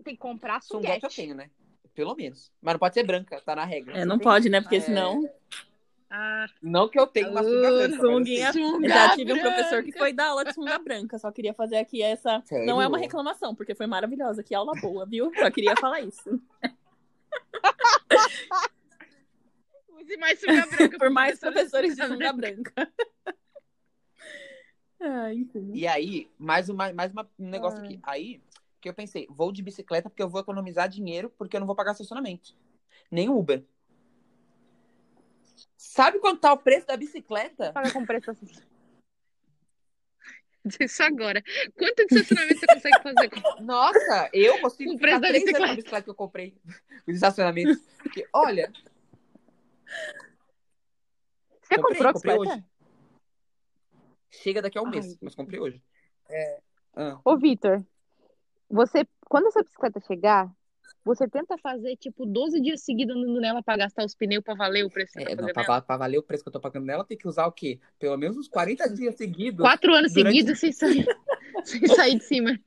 Tem que comprar
Sunguete eu
sunguete.
tenho, né? Pelo menos. Mas não pode ser branca, tá na regra.
É, não pode, né? Porque
É.
senão.
Ah,
Não que eu tenha uma sunga
Uh,
branca.
É
sunguinha.
mas assim,
Eu Já tive um professor que foi dar aula de sunga branca. Só queria fazer aqui essa.
Sério?
Não é uma reclamação, porque foi maravilhosa. Que aula boa, viu? Só queria falar isso.
Use mais sunga branca.
Por mais professores de sunga branca. Ai, enfim.
E aí, mais, uma, mais uma, um negócio
Ah.
aqui. Aí, que eu pensei, vou de bicicleta porque eu vou economizar dinheiro porque eu não vou pagar estacionamento. Nem Uber. Sabe quanto tá o preço da bicicleta?
Paga com preço assim. Isso agora. Quanto de estacionamento você consegue fazer?
Nossa, eu consigo
O
ficar
preço da
três anos
bicicleta.
com a bicicleta que eu comprei. Os estacionamentos. Porque, olha,
Você
comprei,
comprou a
comprei
bicicleta?
hoje. Chega daqui a um
Ai,
mês, mas comprei hoje. É, ah.
Ô, Vitor, você, quando essa bicicleta chegar, você tenta fazer, tipo, 12 dias seguidos andando nela pra gastar os pneus pra valer o preço que você
É,
tá
não,
fazendo
pra,
nela?
va- pra valer o preço que eu tô pagando nela, tem que usar o quê? Pelo menos uns 40 dias seguidos.
Quatro anos
durante-
seguidos sem sair, sem sair de cima.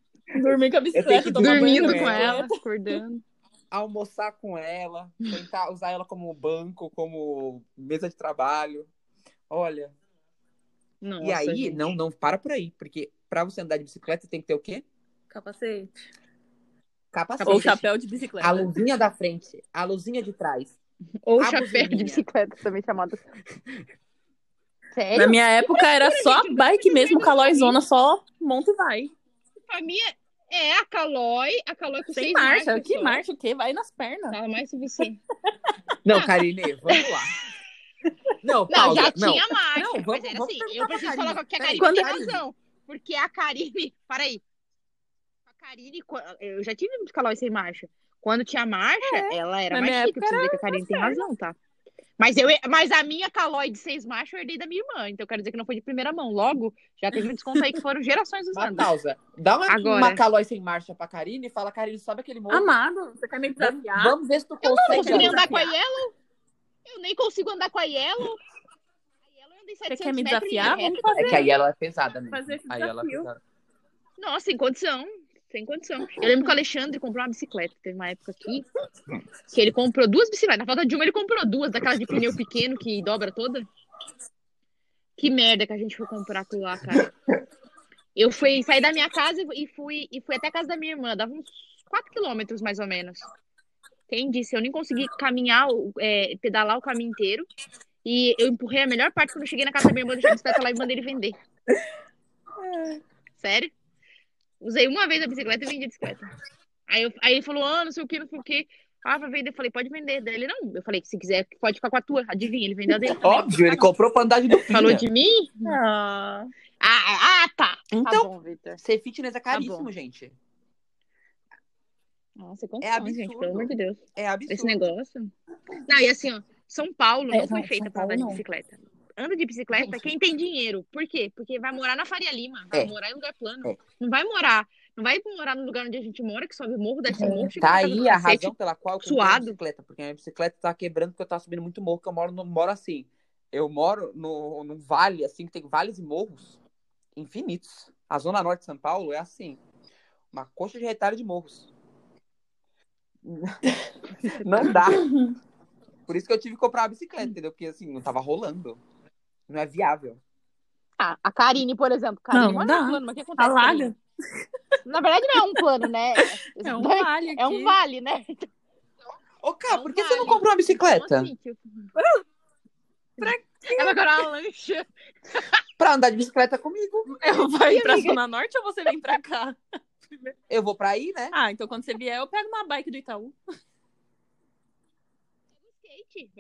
Dormir com a
tenho
bicicleta,
que
tomar banho né?
Dormindo
banho
com
nela.
ela, acordando.
Almoçar com ela, tentar usar ela como banco, como mesa de trabalho. Olha.
Nossa,
e aí,
gente.
não, não para por aí, porque pra você andar de bicicleta, tem que ter o quê?
Capacete.
Capacete.
Ou chapéu de bicicleta.
A luzinha da frente, a luzinha de trás.
Ou
A
chapéu de
buzininha.
bicicleta, também chamado. Sério?
Na minha época era
gente,
só
eu
bike
prefiro
mesmo,
isso.
calóizona, só monta e vai.
Pra mim é- é a Calói, a Calói com
Sem
seis
marcha.
marchas
Que
só.
marcha, o quê? Vai nas pernas.
Fala mais suficiente.
Não, Karine, vamos lá. Não,
Não,
Paula,
já
não.
tinha marcha,
Não, vamos-
mas era
vamos
assim,
perguntar pra
eu preciso
Karine.
falar que a
Peraí,
Karine tem
quando-
razão, porque a Karine, para aí, a Karine, co- eu já tive muito calói sem marcha, quando tinha marcha,
É.
ela era
na minha
mais
época
chique, pra você ver que a Karine tem razão, tá? Mas, eu, mas a minha calói de seis marchas eu herdei da minha irmã, então eu quero dizer que não foi de primeira mão, logo, já teve um desconto aí que foram gerações
Uma
tá.
usando.
pausa. Dá uma,
Agora.
uma calói sem marcha pra Karine e fala, Karine, sobe aquele monte.
Amado, você quer me
vamos,
desafiar?
vamos ver se tu consegue.
Eu não consigo nem
andar.
andar com a Yellow, eu nem consigo andar com a Yellow, a Yellow eu andei 700
Você quer me
metros em
desafiar?
reta.
Vamos
É
fazer.
que aí ela é pesada, né?
Fazer esse
Aí ela é
desafio.
pesada.
Nossa, sem condição. Sem condição. Eu lembro que o Alexandre comprou uma bicicleta. Teve uma época aqui que ele comprou duas bicicletas. Na falta de uma, ele comprou duas, daquelas de pneu pequeno que dobra toda. Que merda que a gente foi comprar aquilo lá, cara. Eu fui saí da minha casa e fui, e fui até a casa da minha irmã. Dava uns 4 quilômetros, mais ou menos. Quem disse? Eu nem consegui caminhar, o- é, pedalar o caminho inteiro. E eu empurrei a melhor parte quando eu cheguei na casa da minha irmã, eu deixei a bicicleta lá e mandei ele vender. Sério? Usei uma vez a bicicleta e vendi a bicicleta. Aí, eu- aí ele falou, ah, não sei o que, não sei o que. Ah, vai vender. Eu falei, pode vender. Daí ele, não. Eu falei, se quiser, pode ficar com a tua. Adivinha, ele vendeu a dele. também. tá
Óbvio, ele comprou pra andar de duplinha.
Falou de mim?
Ah,
Ah, ah, tá.
Então,
tá bom, Vitor.
ser fitness é caríssimo,
bom.
gente.
Nossa,
É
condições,
absurdo.
gente, pelo amor de Deus.
É absurdo.
Esse negócio. Não, e assim, ó, São Paulo
É,
não foi
não,
feita
São
pra
Paulo
andar de
não.
bicicleta. Anda de bicicleta
Gente.
quem tem dinheiro. Por quê? Porque vai morar na Faria Lima, vai
É.
morar em lugar plano.
É.
Não vai morar. Não vai morar no lugar onde a gente mora, que sobe morro, desce morro, chega
Tá
na casa do
aí a
cacete.
razão pela qual eu comprei
suado.
minha bicicleta, porque minha bicicleta tá quebrando porque eu tava subindo muito morro, que eu moro, no, moro assim. Eu moro no, num vale, assim, que tem vales e morros infinitos. A zona norte de São Paulo é assim, uma coxa de retalho de morros. Não dá. Por isso que eu tive que comprar uma bicicleta, entendeu? Porque assim, não tava rolando. Não é viável.
Ah, a Karine, por exemplo. Karine
Não, tá
mora
dá.
num plano, mas o que acontece?
Alaga.
Karine? Na verdade, não é um plano, né?
É um alho aqui.
É um vale, né?
Ô,
É
Cá,
um
por que você não
vale.
comprou uma bicicleta?
Um sítio. Ela vai comprar É uma lancha.
Pra andar de bicicleta comigo.
Eu vou ir pra
amiga?
Zona Norte ou você vem pra cá?
Eu vou pra aí, né?
Ah, então quando você vier, eu pego uma bike do Itaú.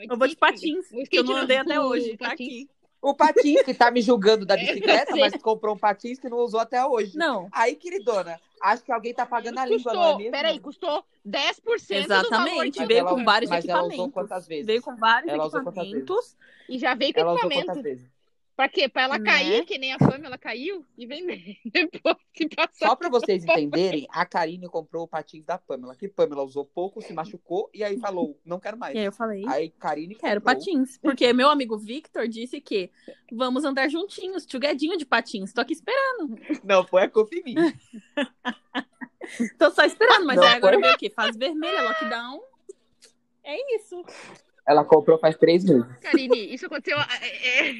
Eu vou de patins,
O skate
que eu não andei até
o
hoje. Tá
patins.
aqui.
O patins que tá me julgando da
É,
bicicleta,
você.
mas comprou um patins que não usou até hoje.
Não.
Aí, queridona, acho que alguém tá pagando a língua, não é
Custou,
mesmo?
peraí, custou 10% do valor
Exatamente.
de
Veio
ela-
com vários
mas ela usou
equipamentos.
quantas vezes?
Veio com vários
Ela usou quantas
equipamentos.
E já veio com
Ela usou
equipamento.
quantas vezes?
Pra quê? Pra ela
Né?
cair, que nem a Pamela caiu, e vender. Depois que passar.
Só pra vocês entenderem, a Karine comprou o patins da Pamela, que Pamela usou pouco, se machucou e aí falou, não quero mais.
E aí eu falei,
Aí Karine
quero
comprou.
patins. Porque meu amigo Victor disse que vamos andar juntinhos, tchuguedinho de patins. Tô aqui esperando.
Não, foi a culpa em mim.
Tô só esperando, mas
Não,
aí agora
foi-
veio o quê? Faz vermelha, lockdown. É isso.
Ela comprou faz três meses.
Karine, isso aconteceu. é, é,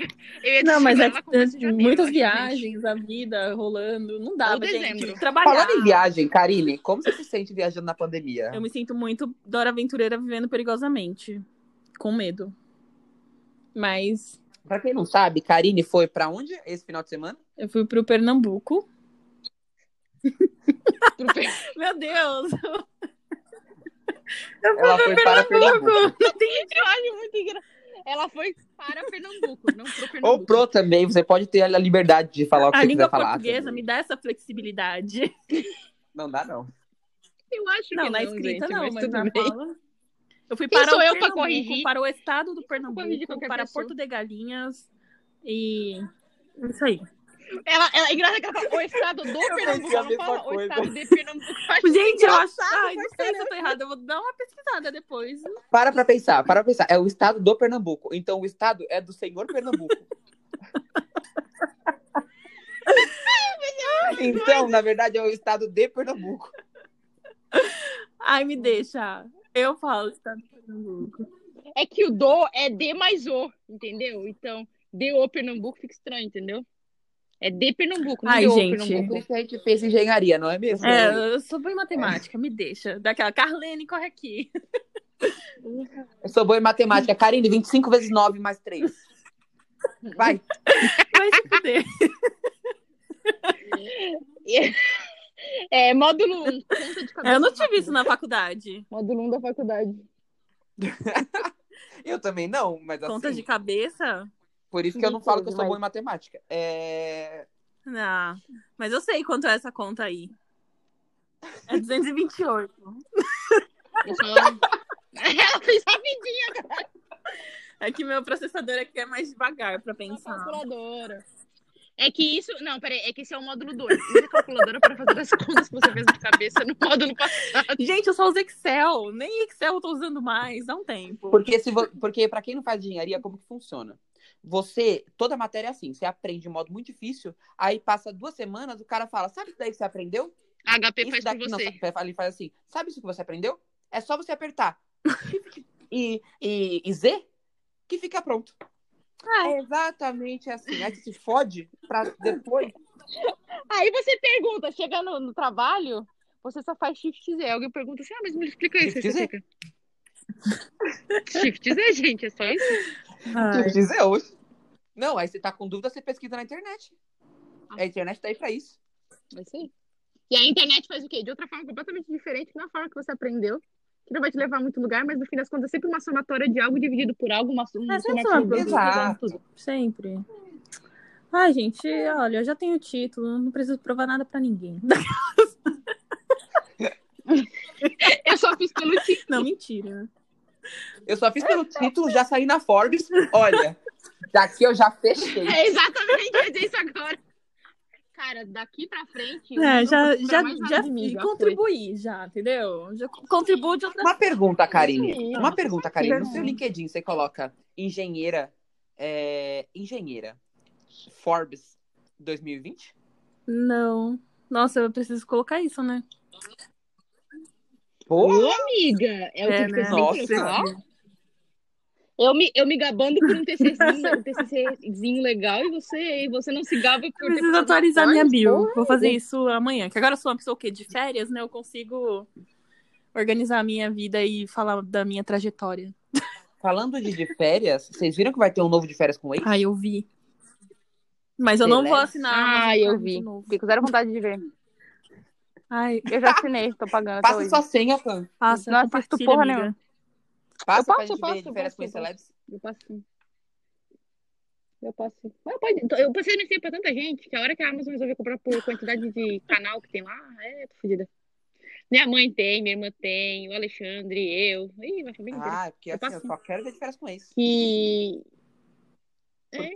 eu ia
Não, mas é
ela aconteceu em janeiro,
muitas
eu acho, gente.
viagens, a vida rolando. Não dava,
Ou
gente.
dezembro.
Trabalhar.
Falando em viagem, Karine, como você se sente viajando na pandemia?
Eu me sinto muito Dora Aventureira vivendo perigosamente. Com medo. Mas
Pra quem não sabe, Karine foi pra onde esse final de semana?
eu fui pro Pernambuco.
Pro pe-
Meu Deus!
Ela foi para Pernambuco.
Eu acho muito engraçado. Ela foi para Pernambuco, não pro Pernambuco.
Ou pro também, você pode ter a liberdade de falar o que
A
você
língua
quiser falar.
portuguesa
também.
me dá essa flexibilidade.
Não dá, não.
Eu acho
Não,
que
na escrita
gente,
não, mas,
tudo
na
bem.
fala. Eu fui
Quem
para
sou
o
eu pra
Pernambuco,
corrigir?
para o estado do
eu pra corrigir
Pernambuco,
qualquer
para
pessoa?
Porto de Galinhas e isso aí.
Ela, ela, é engraçado que ela fala o estado do Pernambuco,
pensei a
ela não fala
mesma
o
coisa.
estado de Pernambuco.
Gente, eu acho, ai, não sei se eu tô errada, eu vou dar uma pesquisada depois.
Para pra pensar, para pra pensar. É o estado do Pernambuco. Então o estado é do senhor Pernambuco. então, na verdade, é o estado de Pernambuco.
Ai, me deixa. Eu falo estado do Pernambuco.
É que o do é D mais O, entendeu? Então, D O Pernambuco fica estranho, entendeu? É de Pernambuco, não
Ai,
de O
gente.
É Por
Pernambuco.
isso que a gente fez engenharia, não é mesmo?
É, eu sou boa em matemática, me deixa. Daquela, Carlene, corre aqui.
Eu sou boa em matemática. Karine, 25 vezes 9 mais 3. Vai.
Vai se fuder.
É, módulo 1. Conta de cabeça.
Eu não tive isso na faculdade.
Módulo 1 da faculdade.
Eu também não, mas
Contas
assim,
de cabeça?
por isso que eu não
Ridículo
falo que eu sou
demais.
boa em matemática. É...
Não. Mas eu sei quanto é essa conta aí. É 228.
Eu só- Ela fez rapidinho
É que meu processador aqui é mais devagar pra
a
Ah.
pensar.
calculadora. É que isso. Não, peraí, é que esse é o módulo 2. Usa a calculadora para fazer as contas que você fez de cabeça no módulo passado.
Gente, eu só uso Excel. Nem Excel eu tô usando mais. Há um tempo.
Porque se vo- porque para quem não faz engenharia, como que funciona? Você, toda matéria é assim, você aprende de modo muito difícil, aí passa duas semanas, o cara fala, sabe isso daí que você aprendeu?
A HP
Isso
faz por
daqui não,
você.
fa- ele faz assim, sabe isso que você aprendeu? É só você apertar Shift e, e, e Z que fica pronto.
Ah,
É exatamente assim. Aí você se fode pra depois.
Aí você pergunta, chega no, no trabalho, você só faz shift Z. Alguém pergunta assim, ah, mas me explica isso. aí
Shift Z?
você fica. Shift Z, gente, é só isso.
Ai.
Shift Z hoje. Não, aí você tá com dúvida, você pesquisa na internet.
Ah.
A internet tá aí pra isso.
É isso aí. E a internet faz o quê? De outra forma completamente diferente, não é a forma que você aprendeu, que não vai te levar a muito lugar, mas no fim das contas é sempre uma somatória de algo dividido por algo, uma um
Mas
somar
essa é uma
tudo, tudo,
Exato.
tudo, tudo.
Sempre. Ai, gente, olha, eu já tenho título, não preciso provar nada pra ninguém.
Eu só fiz pelo título.
Não, mentira.
Eu só fiz pelo título, já saí na Forbes. Olha, daqui eu já fechei.
É exatamente, eu ia dizer isso agora. Cara, daqui pra frente. eu
É,
não
já, já,
vou esperar mais nada
já
de mim, já foi.
contribuí, já, entendeu? Já contribuo de outra
Uma pergunta,
Isso
Karine.
aí.
Uma pergunta, Karine. No seu
Não.
LinkedIn, você coloca engenheira, é, engenheira, Forbes 2020?
Não. Nossa, eu preciso colocar isso, né?
Pô,
Ô, amiga, é o
É,
tipo
né?
que eu sempre
Nossa,
falo. Eu me, eu me gabando por um TCzinho, um TCzinho legal e você, e você não se gaba por.
Eu
ter
preciso
ficado
atualizar minha
fora?
bio.
Porra.
Vou fazer isso amanhã. Que agora eu sou uma pessoa o quê? De férias, né? Eu consigo organizar a minha vida e falar da minha trajetória.
falando de, de férias, vocês viram que vai ter um novo de férias com o ex?
Ah, eu vi. Mas eu não vou
Beleza.
assinar.
Ah,
mas
eu
quero
vi.
de novo.
Fico zero vontade de ver.
Ai,
Eu já assinei, tô pagando. até
Passa
hoje.
sua senha, Pan.
passa,
Não assisto
compartilha,
porra
amiga.
nenhuma.
Passa
Eu passo,
pra gente
eu passo,
ver de férias
eu
com
passo,
ex
eu
celebs.
Eu passo sim. Eu passo sim. Mas eu, pode, eu passei nesse pra tanta gente que a hora que a Amazon resolver comprar por quantidade de canal que tem lá, é, tô fodida. Minha mãe tem, minha irmã tem, o Alexandre, eu. Ih, minha família inteira.
Ah, porque
Eu
assim, eu
passo.
só quero ver de férias com ex.
Que. É.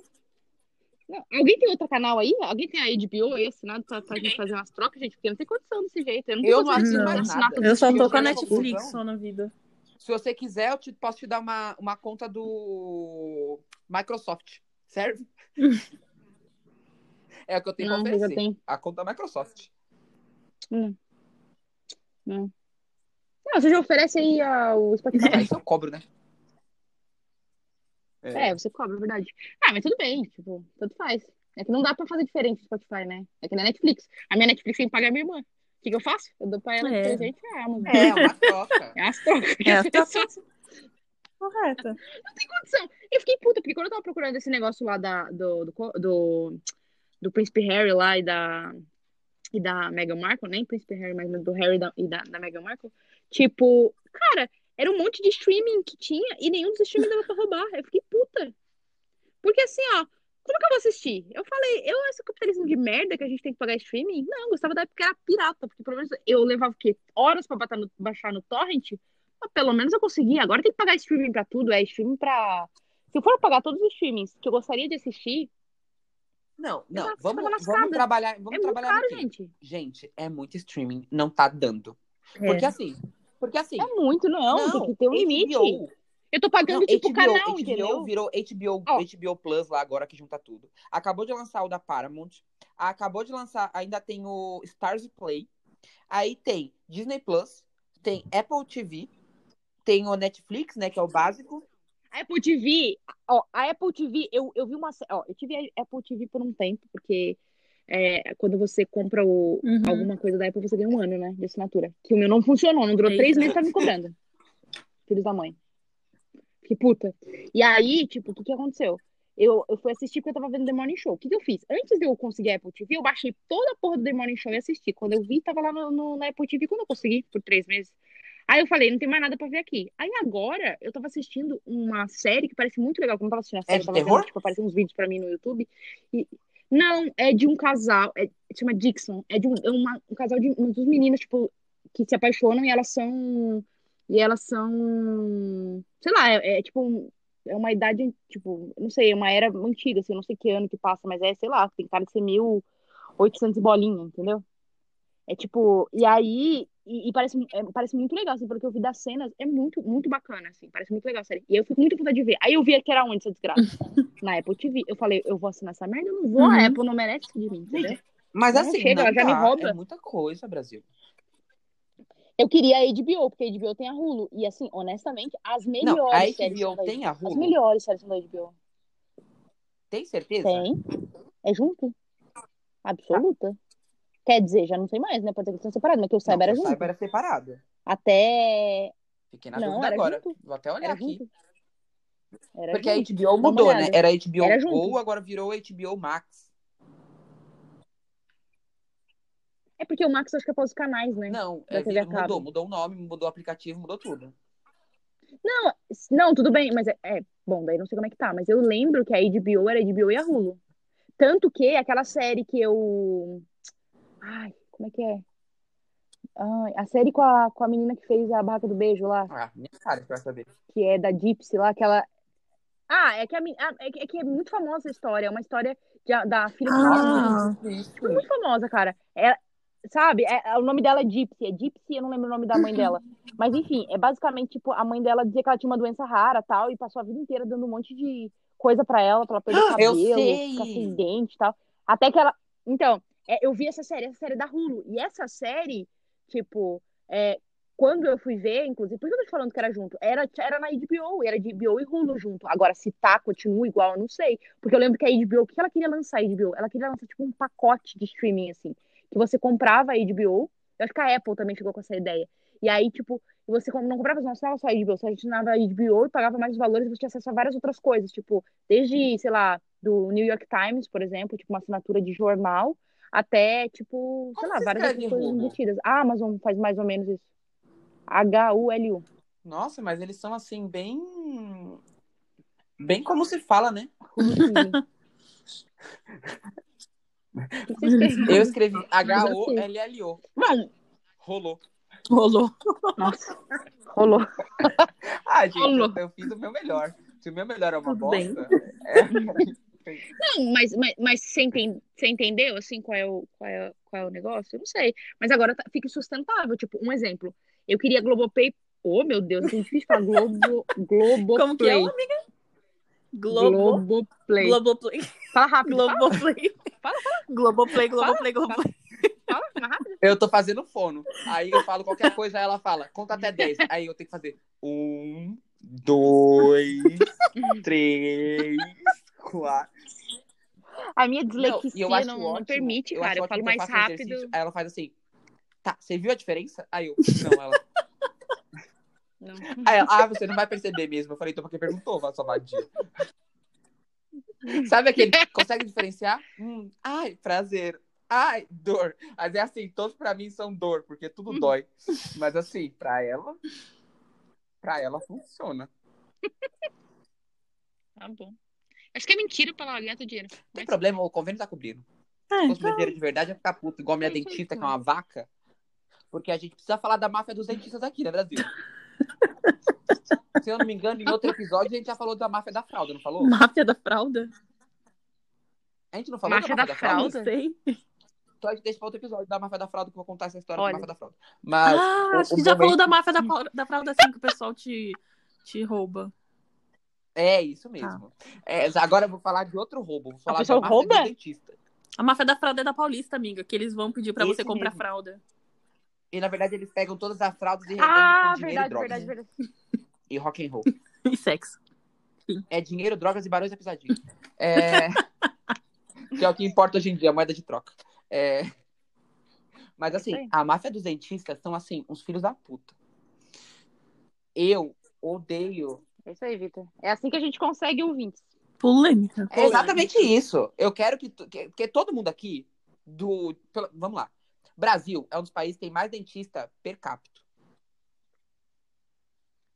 Não, alguém tem outro canal aí? Alguém tem a HBO aí assinado pra, pra gente fazer umas trocas, gente? Porque não tem condição desse jeito. Eu não, tenho
Eu não
condição de
assino
Não.
mais
assinar
nada.
tudo
Eu só
isso.
tô com a
Netflix.
Netflix só na vida.
Se você quiser, eu te- posso te dar uma, uma conta do Microsoft. Serve? é o que eu tenho
Não,
pra
eu já
oferecer.
tenho.
A conta da Microsoft.
Não, você já oferece aí ah, o Spotify.
Aí isso eu cobro, né?
É, você cobra, é verdade. Ah, mas tudo bem, tipo, tanto faz. É que não dá pra fazer diferente do Spotify, né? É que na Netflix. A minha Netflix tem que pagar a minha irmã. O que, que eu faço? Eu dou pra ela de
É.
presente a Amazon.
É, uma troca.
É as trocas.
É, as
As
trocas.
pessoas
Correta.
não tem condição. Eu fiquei puta, porque quando eu tava procurando esse negócio lá da, do, do, co- do, do Príncipe Harry lá e da, e da Meghan Markle, nem Príncipe Harry, mas do Harry e da, e da, da Meghan Markle, tipo, cara, era um monte de streaming que tinha e nenhum dos streaming dava pra roubar. Eu fiquei puta. Porque assim, ó, como que eu vou assistir? Eu falei, eu esse capitalismo de merda que a gente tem que pagar streaming? Não, eu gostava da época que era pirata, porque pelo menos eu levava o quê? Horas pra batar no- baixar no torrent? Mas Ah, pelo menos eu consegui. Agora tem que pagar streaming pra tudo, é streaming pra. Se eu for pagar todos os streamings que eu gostaria de assistir,
Não, não.
Exato,
Vamos,
tava
vamos
lascada.
trabalhar. Vamos
é muito
trabalhar
caro,
no quê?
gente.
Gente, é muito streaming. Não tá dando. Porque assim. Porque assim.
É muito, É. não. tem que ter um limite.
HBO,
Eu tô pagando,
Não,
tipo,
HBO,
canal,
HBO
entendeu?
virou HBO,
Ó.
HBO Plus lá agora que junta tudo. Acabou de lançar o da Paramount. Acabou de lançar, ainda tem o Stars Play. Aí tem Disney Plus, tem Apple TV, tem o Netflix, né, que é o básico.
A Apple TV, ó, a Apple TV, eu, eu vi uma. sé- Ó, eu tive a Apple TV por um tempo, porque é, quando você compra o-
Uhum.
alguma coisa da Apple, você ganha um ano, né? De assinatura. Que o meu não funcionou, não durou
Eita.
três meses, tá me cobrando. Filhos da mãe. Que puta. E aí, tipo, o que, que aconteceu? Eu, eu fui assistir porque eu tava vendo The Morning Show. O que, que eu fiz? Antes de eu conseguir a Apple TV, eu baixei toda a porra do The Morning Show e assisti. Quando eu vi, tava lá no, no- na Apple TV. Quando eu consegui, por três meses. Aí eu falei, não tem mais nada pra ver aqui. Aí agora, eu tava assistindo uma série que parece muito legal. Como eu tava assistindo a série,
É de
eu tava vendo,
terror?
tipo, apareceu uns vídeos pra mim no YouTube. E... Não, é de um casal. É... Chama Dixon. É de um, é uma- um casal de umas duas meninas, tipo, que se apaixonam e elas são. E elas são. Sei lá, é, é tipo. um- É uma idade, tipo, não sei, é uma era antiga, assim, eu não sei que ano que passa, mas é, sei lá, tem cara de ser 1800 e bolinha, entendeu? É tipo, e aí, e, e parece, é, parece muito legal, assim, pelo que eu vi das cenas, é muito, muito bacana, assim, parece muito legal a série. E eu fico muito puta de ver. Aí eu vi que era onde essa desgraça? Na Apple TV. Eu falei, eu vou assinar essa merda, eu não vou,
Uhum.
a Apple não merece isso de mim, entendeu?
Mas
Não,
assim,
chega,
não
ela já me
dá.
rouba.
É muita coisa, Brasil.
Eu queria a HBO, porque a HBO tem a Hulu. E assim, honestamente, as melhores
Não, a
séries são
HBO
da
tem a
As
Hulu?
melhores séries são da HBO.
Tem certeza?
Tem. É junto. Absoluta. Quer dizer, já não sei mais, né? Pode ser que estão separados, mas que eu
Não,
saiba era
que eu
é junto.
saiba, era separada.
Até.
é Fiquei na
Não,
dúvida
era
agora.
junto.
Vou até olhar
Era
aqui.
junto. Era
Porque a
junto.
HBO
uma
mudou, né?
olhada.
Era HBO
Era junto.
Go, agora virou HBO Max.
É porque o Max acho que é para os canais, né?
Não,
Da
é,
TV a cabo.
mudou, mudou o nome, mudou o aplicativo, mudou tudo.
Não, não, tudo bem, mas é, é, Bom, daí não sei como é que tá, mas eu lembro que a HBO era HBO e a Hulu. Tanto que aquela série que eu. Ai, como é que é? Ai, a série com a, com a menina que fez a Barraca do Beijo lá,
Ah, minha cara que vai saber.
que é da Gypsy lá, que ela. Ah, é que, a, men- ah, é, que- é que é muito famosa a história. É uma história de a- da filha do
Ah.
Isso.
Tipo, muito famosa, cara. É, sabe? É- é- o nome dela é Gypsy. É Gypsy, eu não lembro o nome da
Uhum.
mãe dela. Mas, enfim, é basicamente, tipo, a mãe dela dizia que ela tinha uma doença rara tal, e passou a vida inteira dando um monte de coisa pra ela, pra ela perder o
Ah, eu
cabelo,
sei!
ficar sem dente e tal. Até que ela. Então, é, eu vi essa série, essa série é da Hulu. E essa série, tipo, é, quando eu fui ver, inclusive, por que eu tô te falando que era junto? Era, era na HBO, era de HBO e Hulu junto. Agora, se tá, continua igual, eu não sei. Porque eu lembro que a HBO, o que ela queria lançar, a HBO? Ela queria lançar, tipo, um pacote de streaming, assim. Que você comprava a HBO. Eu acho que a Apple também chegou com essa ideia. E aí, tipo, você com- não comprava, não assinava só a HBO. Você assinava a HBO e pagava mais valores e você tinha acesso a várias outras coisas. Tipo, desde, sei lá, do New York Times, por exemplo, tipo, uma assinatura de jornal, até, tipo, sei
Como
lá,
se
várias
escreve
outras coisas
Hulu?
embutidas. A Amazon faz mais ou menos isso. H-U-L-U.
Nossa, mas eles são assim, bem. Bem como se fala, né?
Hulu TV. O que vocês querem?
Eu escrevi
assim,
Desafio.
H-O-L-L-O.
Mano,
Rolou.
Rolou.
Nossa, rolou.
Ah, gente,
Rolou.
eu, eu fiz o meu melhor. Se o meu melhor é uma
Tudo bem.
bosta.
Não, mas, mas, mas você, enten- você entendeu, assim, qual é, o, qual, é, qual é o negócio? Eu não sei. Mas agora tá- fica sustentável. Tipo, um exemplo. Eu queria Globopay. Oh, meu Deus, que difícil falar. Globo, Globoplay.
Como que é o amiga? Globo.
Globoplay.
Globoplay.
Fala rápido.
Globoplay.
Fala,
Globoplay, Globoplay, Globoplay.
Fala, fala mais rápido.
Eu tô fazendo fono. Aí eu falo qualquer coisa, aí ela fala, conta até 10. Aí eu tenho que fazer. Um, dois, três, quatro.
A minha
Não, e
dislexia
eu
não,
acho
não
ótimo.
permite,
eu
cara.
acho
Eu
ótimo
falo
que
mais
faço
rápido.
exercício. Aí ela faz assim. Tá, você viu a diferença? Aí eu, não, ela.
Não.
Aí ela, ah, você não vai perceber mesmo. Eu falei, então pra quem perguntou, vá sua vadia. Sabe aquele, consegue diferenciar? Hum, ai, prazer. Ai, dor. Mas é assim, todos pra mim são dor, porque
Uhum.
tudo dói. Mas assim, pra ela, pra ela funciona.
Tá bom. Acho que é mentira pra ela ganhar teu dinheiro.
Tem problema, o convênio tá cobrindo. Se
É.
fosse
Então.
brasileiro de verdade, ia ficar puto, igual a minha
Não tem
dentista,
jeito,
que é uma vaca. Porque a gente precisa falar da máfia dos dentistas aqui, né, Brasil? Se eu não me engano, em outro episódio a gente já falou da máfia da fralda, não falou?
Máfia da fralda?
A gente não falou
Máfia
da máfia
da
da fralda?
Não sei.
Então a gente deixa pra outro episódio da máfia da fralda, que eu vou contar essa história
Olha.
da máfia da fralda. Mas
Ah,
o-
acho
o
que já falou
momento-
da máfia da fralda, da fralda assim que o pessoal te, te rouba.
é isso mesmo. É, agora eu vou falar de outro roubo. Vou falar da
pessoa
máfia
rouba?
do dentista.
A máfia da fralda é da Paulista, amiga, que eles vão pedir pra você
Esse
comprar
mesmo.
fralda.
E na verdade eles pegam todas as fraldas e revendem
Ah,
com dinheiro e
verdade,
drogas. né?
verdade, verdade.
E rock and roll.
E sexo.
É dinheiro, drogas e barões da pisadinha. É... que é o que importa hoje em dia, a moeda de troca. É... Mas assim,
Sim.
a máfia dos dentistas são assim, uns filhos da puta. Eu odeio.
É isso aí, Vitor. É assim que a gente consegue ouvintes.
Polêmica.
É exatamente isso. Eu quero que, tu- que, que todo mundo aqui do. pelo- vamos lá. Brasil é um dos países que tem mais dentista per capita.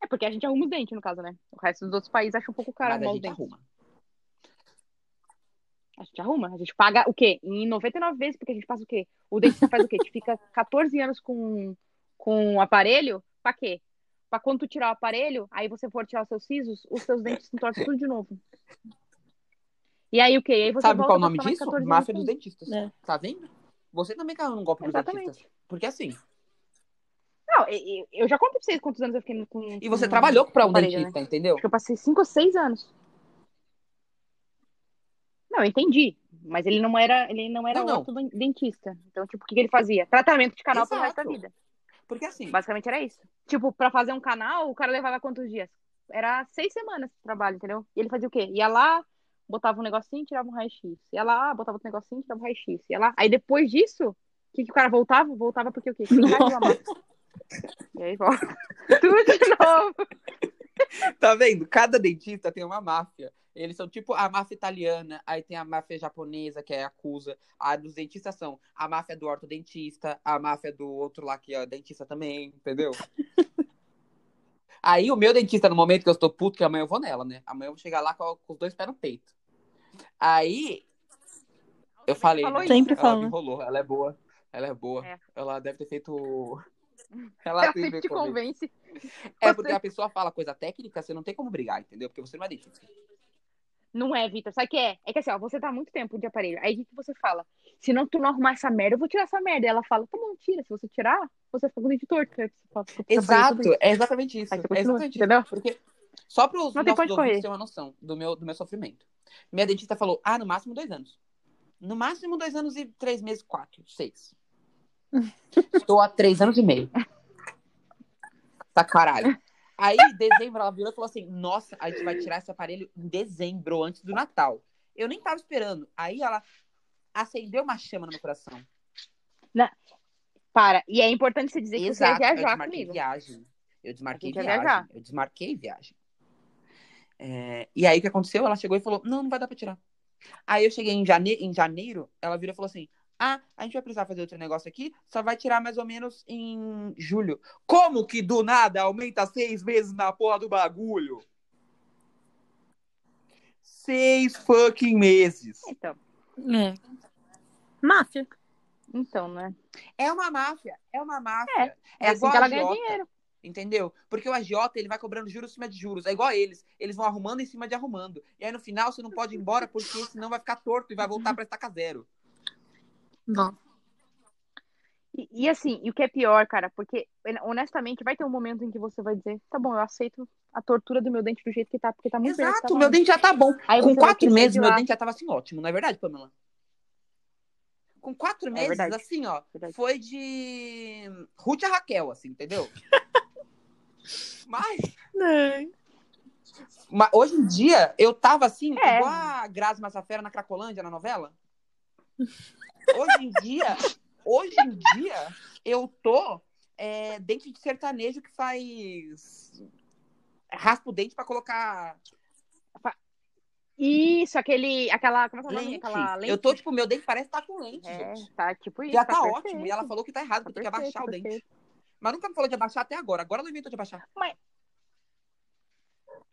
É porque a gente arruma os dentes, no caso, né? O resto dos outros países acha um pouco caro
Mas a
arrumar os
gente tá
dentes.
arruma.
A gente arruma. A gente paga o quê? Em 99 vezes, porque a gente passa o quê? O dentista faz o quê? A gente fica 14 anos com, com o aparelho? Pra quê? Pra quando tu tirar o aparelho, aí você for tirar os seus sisos, os seus dentes se torcem tudo de novo. E aí o quê? E aí você
Sabe
volta
qual é o
pra
nome
ficar mais
disso?
14 anos
Máfia
com
dos dentistas.
É.
Tá vendo? Você também caiu num golpe dos dentistas.
Exatamente.
Porque assim,
Não, e- e- eu já contei pra vocês quantos anos eu fiquei no- com.
e você
com-
trabalhou pra um
aparelho, né?
dentista, entendeu?
Acho que eu passei 5 ou 6 anos. Não, eu entendi. Mas ele não era, ele não era
Não, não.
ortodentista. Então, tipo, o que que ele fazia? Tratamento de canal pro resto da
Exato.
vida.
Porque assim,
Basicamente era isso. Tipo, pra fazer um canal, o cara levava quantos dias? Era seis semanas de trabalho, entendeu? E ele fazia o quê? Ia lá, botava um negocinho, tirava um raio-x. Ia lá, botava outro negocinho, tirava um raio-x. Ia lá. Aí depois disso, o que, que o cara voltava? Voltava porque o quê? Tinha raio a mais. E aí volta. Tudo de novo.
Tá vendo? Cada dentista tem uma máfia. Eles são tipo a máfia italiana, aí tem a máfia japonesa, que é a acusa. A dos dentistas são a máfia do ortodentista, a máfia do outro lá que é dentista também, entendeu? aí o meu dentista, no momento que eu estou puto, que amanhã eu vou nela, né? Amanhã eu vou chegar lá com, a- com os dois pés no peito. Aí eu falei,
falou
né?
isso.
Sempre
ela me
fala.
enrolou, ela é boa, ela é boa.
É.
Ela deve ter feito. Ela
Ela
tem
sempre te
comigo.
convence.
É porque a pessoa fala coisa técnica, você não tem como brigar, entendeu? Porque você não é dentista.
Não é, Vitor. Sabe o que é? É que assim, ó, você tá há muito tempo de aparelho. Aí o que que você fala? Se não tu não arrumar essa merda, eu vou tirar essa merda. E ela fala, tá bom, tira. Se você tirar, você fica com o dente torto. Aí você fala, "Desculpa, seu aparelho
Exato,
tá doente."
é exatamente isso.
Aí você
É
continua,
exatamente isso.
entendeu?
Porque só para os
Não tem
nossos
pra onde
ouvintes
correr.
terem uma noção do meu, do meu sofrimento. Minha dentista falou, ah, no máximo dois anos. No máximo dois anos e três meses, quatro, seis. Estou há três anos e meio. Tá caralho. Aí, em dezembro, ela virou e falou assim, nossa, a gente vai tirar esse aparelho em dezembro, antes do Natal. Eu nem tava esperando. Aí ela acendeu uma chama no meu coração.
Para. E é importante você dizer
Exato. é eu
que você ia viajar
desmarquei
comigo.
viagem. Eu desmarquei
A gente ia
viagem.
viajar.
Eu desmarquei viagem. É, e aí o que aconteceu? Ela chegou e falou: Não, não vai dar pra tirar. Aí eu cheguei em janeiro, em janeiro ela virou e falou assim: Ah, a gente vai precisar fazer outro negócio aqui, só vai tirar mais ou menos em julho. Como que do nada aumenta seis meses na porra do bagulho? Seis fucking meses.
Então,
É. Máfia.
então, né?
É uma máfia, é uma máfia.
É, assim
igual
que ela
a
ganha
agiota.
dinheiro.
Entendeu? Porque o agiota, ele vai cobrando juros em cima de juros. É igual eles. Eles vão arrumando em cima de arrumando. E aí, no final, você não pode ir embora, porque senão vai ficar torto e vai voltar pra estaca zero.
Não.
E, e assim, e o que é pior, cara, porque eh, honestamente vai ter um momento em que você vai dizer, tá bom, eu aceito a tortura do meu dente do jeito que tá, porque tá muito bem, tá
Exato,
bom.
meu dente já tá bom.
Aí
Com
você vai
quatro
tirar
meses,
de
meu
lá.
dente já tava assim ótimo, não é verdade, Pamela? Com quatro meses,
É verdade.
assim, ó,
Verdade.
foi de Ruth a Raquel, assim, entendeu? Mas,
Né.
mas hoje em dia, eu tava assim,
É.
igual a Grazi Massafera na Cracolândia, na novela. Hoje em dia, hoje em dia, eu tô é, dente de sertanejo que faz... Raspa o dente pra colocar
Isso, aquele, aquela, como é que é o nome?
lente.
Aquela lente.
Eu tô, tipo, meu dente parece que tá com lente,
É,
gente.
tá tipo isso.
Já tá,
perfeito.
ótimo. E ela falou que tá errado,
Tá
que tem que abaixar
perfeito,
o dente.
perfeito.
Mas nunca me falou de abaixar até agora. Agora ela inventou de abaixar.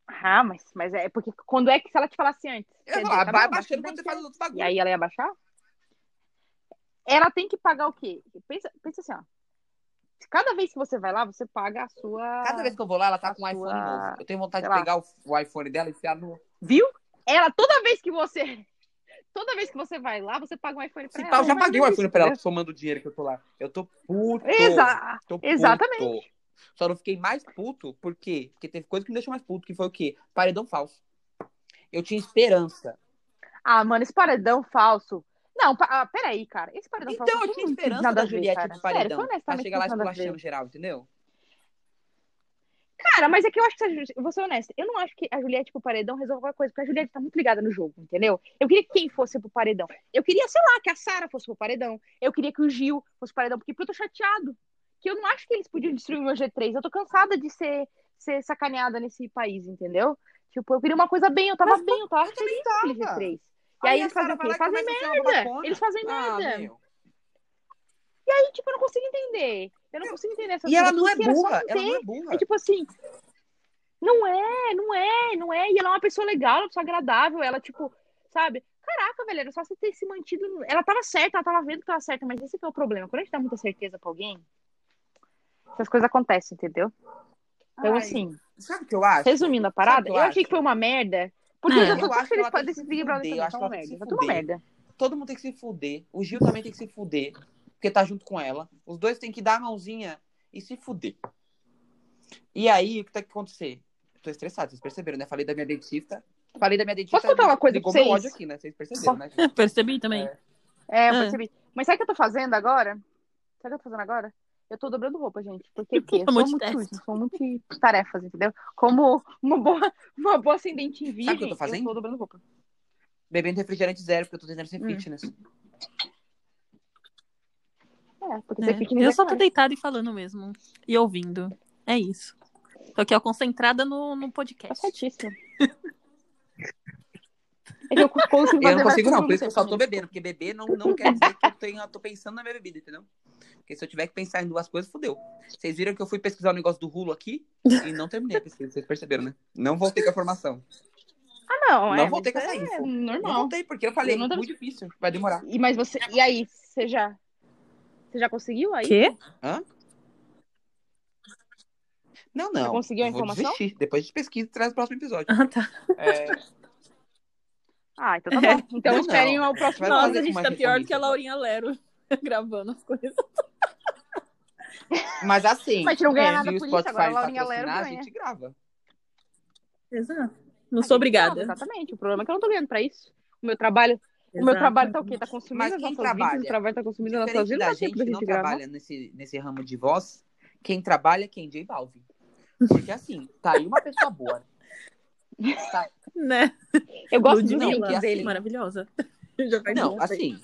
Ah, mas, mas é porque quando é que se ela te falasse antes?
Eu ia
Quer
falar,
dizer, tá
vai
bom, abaixa
abaixando
o
quando você
dente,
faz os outros
E
bagulhos.
aí ela ia baixar? Ela tem que pagar o quê? Pensa, pensa assim, ó. Cada vez que você vai lá, você paga a sua.
Cada vez que eu vou lá, ela tá
a
com um iPhone
sua-
novo. Eu tenho vontade de
sei lá.
pegar o, o iPhone dela e enfiar no.
Viu? Ela, toda vez que você. Toda vez que você vai lá, você paga um iPhone pra
Se
ela.
pá, eu tá já
Mas
paguei
não
o
é
iPhone
isso,
pra ela,
né?
somando o dinheiro que eu tô lá. Eu tô puto.
Exa
Tô puto.
exatamente.
Só não fiquei mais puto, por quê? Porque teve coisa que me deixou mais puto, que foi o quê? Paredão falso. Eu tinha esperança.
Ah, mano, esse paredão falso. Não, pa... ah, peraí, cara. Esse paredão falso.
Então, eu tinha
não tem
esperança
nada a
da
ver,
Juliette
cara.
do Paredão.
Sério,
pra
honestamente,
chegar lá
não tem nada a ver.
esculachando geral, entendeu?
Cara, mas é que eu acho que, se a- vou ser honesta, eu não acho que a Juliette pro paredão resolva a coisa, porque a Juliette tá muito ligada no jogo, entendeu? Eu queria que quem fosse pro paredão. Eu queria, sei lá, que a Sara fosse pro paredão. Eu queria que o Gil fosse pro paredão, porque eu tô chateado. Que eu não acho que eles podiam destruir o meu G3. Eu tô cansada de ser, ser sacaneada nesse país, entendeu? Tipo, eu queria uma coisa bem, eu tava
Mas
bem, eu tava
eu também
feliz com aquele
tava.
G3. E
Aí
aí,
a
eles
Sara
fazem o
vai lá
quê?
e
Fazem
começa a ser uma
merda!
babacona.
Eles fazem
Ah,
merda!
meu.
aí, tipo, eu não consigo entender. Eu não consigo entender essa
E ela não é
porque só
burra,
não
ela
tem.
não é burra.
É tipo assim. Não é, não é, não é. E ela é uma pessoa legal, uma pessoa agradável. Ela, tipo, sabe? Caraca, velho, era só você ter se mantido. no- Ela tava certa, ela tava vendo que tava certa, mas esse que é o problema. Quando a gente dá muita certeza pra alguém, essas coisas acontecem, entendeu? Então,
Ai,
assim,
Sabe o que eu acho?
resumindo a parada,
Sabe o
eu,
que eu
achei
acho?
que foi uma merda. Porque
É.
eu já tô
Eu
tão
acho que
feliz
ela
com a
tem que
desse
se
Big Brother
fuder,
também.
eu acho
Tá
que
uma
ela tem que
merda,
se
tá tudo
fuder.
merda.
Todo mundo tem que se fuder. O Gil também tem que se fuder, porque tá junto com ela. Os dois têm que dar a mãozinha e se fuder. E aí, o que tem que acontecer? Tô estressado, vocês perceberam, né? Falei da minha dentista. Falei da minha dentista.
Posso contar uma coisa
ligou
pra
meu
vocês?
ódio aqui, né? Vocês perceberam, né? gente?
Percebi também.
É, eu
Ah.
percebi. Mas sabe o que eu tô fazendo agora? Sabe o que eu tô fazendo agora? Eu tô dobrando roupa, gente. Porque o quê? Eu
Tá
sou muito
multitask.
útil, sou muito tarefas, entendeu? Como uma boa, uma boa ascendente em virgem,
Sabe o que eu tô fazendo?
tô dobrando roupa.
Bebendo refrigerante zero, porque eu tô tentando ser
Hum.
fitness.
É, porque
É,
você fica
Eu só tô deitada e falando mesmo. E ouvindo. É isso. Tô aqui, ó, concentrada no, no
Tá
podcast.
certíssimo. É que eu consigo
Eu
fazer
não
mais
consigo, não,
tudo
por isso que eu só
ao
tô
mesmo tempo,
bebendo, porque beber não, não quer dizer que eu tenho, tô pensando na minha bebida, entendeu? Porque se eu tiver que pensar em duas coisas, fodeu. Vocês viram que eu fui pesquisar o negócio do rulo aqui e não terminei a pesquisa, vocês perceberam, né? Não voltei com a formação.
gente. Ah, não,
Não
é,
vou ter
mas
que
é
essa info. Não
normal.
voltei, porque eu falei,
Eu não tava-
muito difícil, vai demorar.
E, mas você, e aí, você já, você já conseguiu aí?
Quê?
Não, não.
Você conseguiu a
vou
informação?
desistir. Depois a gente pesquisa e traz o próximo episódio.
Ah, tá.
É,
Ah, então tá bom. Então
Não,
esperem
não.
o próximo.
Vai
Nossa,
fazer
a
com
gente
mais
tá pior do
recorrência,
que a
pô.
Laurinha Lero gravando as coisas.
mas assim,
Mas a gente não ganha
É,
nada
se o
por isso,
Spotify
agora a Laurinha Lero
patrocinar, a
ganha.
gente grava.
Exato. Não sou
Ah, gente,
obrigada.
não, exatamente. O problema é que eu não tô ganhando pra isso. O meu trabalho, o meu
Exato.
trabalho tá o quê? Tá consumindo
Mas
as
quem
nossas
trabalha?
vidas, o trabalho tá consumindo as nossas
Diferente
vidas,
da
não dá tempo
gente
da
que não
gente né? gravar.
trabalha nesse, nesse ramo de voz, quem trabalha é quem? J Balvin. Porque assim, tá aí uma pessoa boa. Tá-
Né?
Eu gosto do
Ludmilla,
link
que é
dele,
assim.
maravilhosa. Já faz
Não,
tempo.
assim,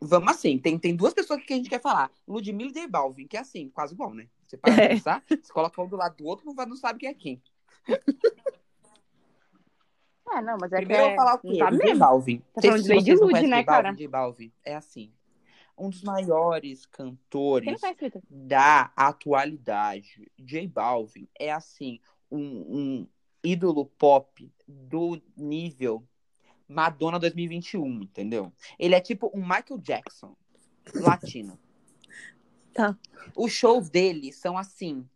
vamos assim, tem, tem duas pessoas aqui que a gente quer falar. Ludmilla e J Balvin, que é assim, quase igual, né? Você para
É.
pra pensar, você coloca um do lado do outro, não, vai- não sabe quem é quem.
Ah, não, mas é
Primeiro eu vou
que é...
falar o
não
quê?
tá
J
mesmo.
Balvin.
Tá
Vocês-
falando de
se
Lady
vocês não
Lud,
conhecem
né,
J Balvin,
cara?
J Balvin é assim, um dos maiores
Quem
cantores
não tá conhece, Vitor?
da atualidade. J Balvin é assim um, um ídolo pop do nível Madonna 2021, entendeu? Ele é tipo um Michael Jackson latino.
Tá.
Os shows dele são assim,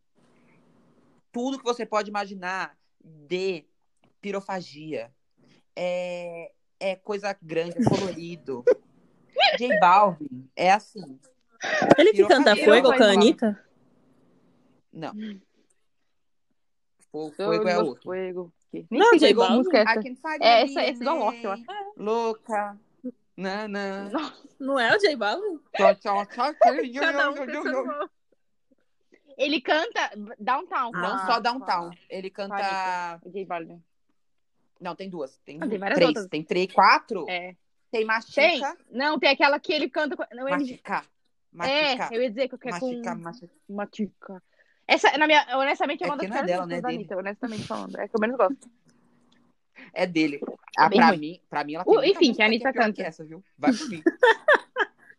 tudo que você pode imaginar de pirofagia. É, é coisa grande, é colorido. J Balvin é assim.
Ele que
Tirou
canta
cabelo,
Fuego
vai
com a
embora.
Anitta?
Não. Fo- Fogo é
Todo
outro.
Fuego. Que-
Não,
Nem sei
J
qual
Balvin.
música é essa.
can find
É,
me
essa- esse Don Loft, eu acho.
DNA, Louca. Na, na.
Não é o J Balvin?
Tchau, tchau, tchau. Yo, yo,
Cada um
yo, yo,
pensa no
yo.
outro.
Ele canta Downtown.
Não
Ah,
só Downtown. Ele canta.
Anitta, J Balvin.
Não, tem duas. Tem,
Ah, tem várias
três.
outras.
Tem três, quatro.
É.
Tem
Tem?
Machica.
Não, tem aquela que ele canta... com- Não, ele...
Machica. Machica.
É, eu ia dizer que eu quero com...
Machica, machica.
Uma tica. Essa, na minha, honestamente, é
É
uma das
que não é
piores
dela,
músicas
né,
da
dele.
Anitta, honestamente falando. É que eu menos gosto.
É dele. Ah,
bem
pra,
ruim.
mim, pra mim, ela tem
Uh,
muita
enfim, que
música
a Anitta
é pior
canta.
que essa, viu? Vai por mim.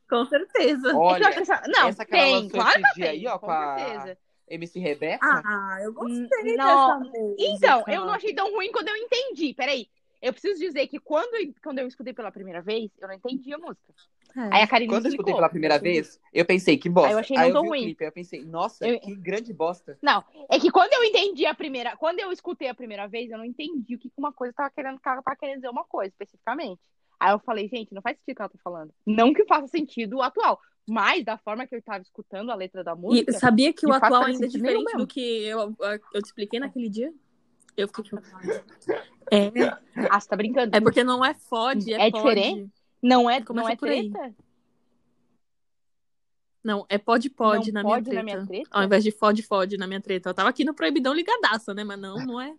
Com certeza.
É que eu
Olha,
acho que essa... Não,
essa que ela
tem,
lançou
claro
esse
que
dia
tem,
aí, ó,
com
com a-
certeza.
MC Rebeca.
Ah, eu
N-
gostei dessa
não.
música.
Então, eu não achei tão ruim quando eu entendi. Peraí. Eu preciso dizer que quando, quando eu escutei pela primeira vez, eu não entendi a música.
É.
Aí a Karine
Quando eu escutei
me explicou.
pela primeira vez, eu pensei, que bosta.
Aí Ah, eu achei não tão
vi o
ruim.
clipe, aí eu pensei, nossa,
Eu-
que grande bosta.
É que quando eu entendi a primeira, quando eu escutei a primeira vez, eu não entendi o que que uma coisa tava querendo, tava tava querendo dizer uma coisa especificamente. Aí eu falei, gente, não faz sentido o que ela tá falando. Não que faça sentido o atual, mas da forma que eu tava escutando a letra da música.
E sabia que o
de fato,
atual
faz
ainda é
sentido nenhum
diferente
mesmo.
do que eu, eu te expliquei naquele dia? Eu fiquei tipo... É,
Ah, você tá brincando.
é porque não é fode, é,
É
pode.
diferente? Não é,
Começa
não é
por aí.
treta?
Não, é pode pode
Não
na,
pode
minha
na minha treta?
Ao invés de fode fode na minha treta. Eu tava aqui no proibidão ligadaça, né? Mas não, não é.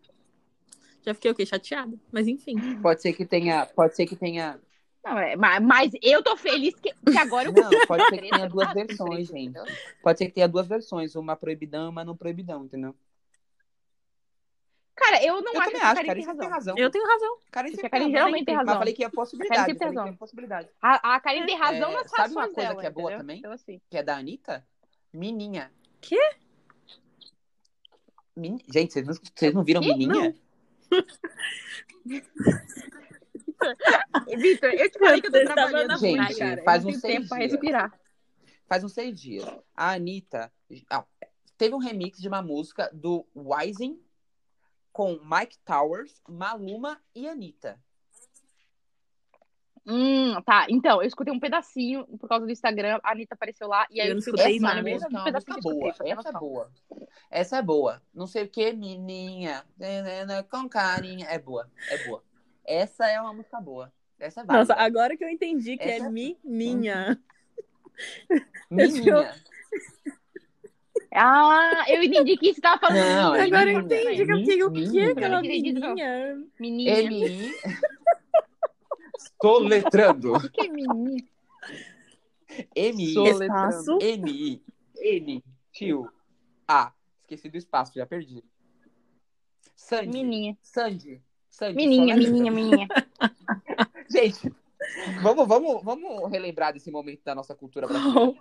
Já fiquei o quê? Chateada. Mas enfim.
Pode ser que tenha. Pode ser que tenha.
Não, é, ma- mas, eu tô feliz que, que agora eu
Não, pode ser que
Treta,
tenha duas
tá?
versões,
Treta,
gente.
entendeu?
Pode ser que tenha duas versões, uma proibidão e uma não proibidão, entendeu?
Cara, eu não
eu também
acho que
acho,
a Karen
cara.
tem
Isso tem
razão.
razão.
Eu tenho razão.
Karen
Isso
sempre
a Karen
tem
geralmente tem
Mas
razão.
eu falei que é possibilidade.
sempre tem
eu falei que
razão.
é possibilidade.
A, a Karen tem razão
É,
nas
sabe uma
razões
coisa
dela,
que é boa
entendeu?
também?
Então, assim,
Que é da Anitta? Mininha.
Quê?
Min- Gente, vocês não, vocês não viram
Quê?
Mininha?
Vitor, eu te falei que eu tô
Você tava
trabalhando
na
muito,
Gente,
cara.
faz
eu não
uns
tenho
seis
tempo pra
dias.
respirar.
Faz uns seis dias. A Anitta ah, teve um remix de uma música do Wising com Mike Towers, Maluma e Anitta.
Hum, tá. Então, eu escutei um pedacinho por causa do Instagram, a Anitta apareceu lá e aí
Eu não
fui
escutei
pesquisar,
nada.
eu
música,
escutei
não,
um
a
pedacinho
música é
que eu escutei,
boa.
pra ter
Essa é
noção.
boa. Essa é boa. Não sei o que, menininha. Nenena, Com carinha. É boa. É boa. Essa é uma música boa. Essa é válida.
Nossa, agora que eu entendi que é,
Essa-
mininha.
Menina.
Ah, eu entendi que você tava falando.
Não, é
Agora eu
menina.
entendi que eu fiquei, o que é aquela
Menina.
mininha?
Menina.
M.I. Estou letrando.
O que é menina?
M.I.
Espaço.
N, N, tio, A. Esqueci do espaço, já perdi. Sandy.
Meninha.
Sandy. Sandy.
Meninha,
só na-
meninha, meninha.
Gente, vamos, vamos, vamos relembrar desse momento da nossa cultura brasileira.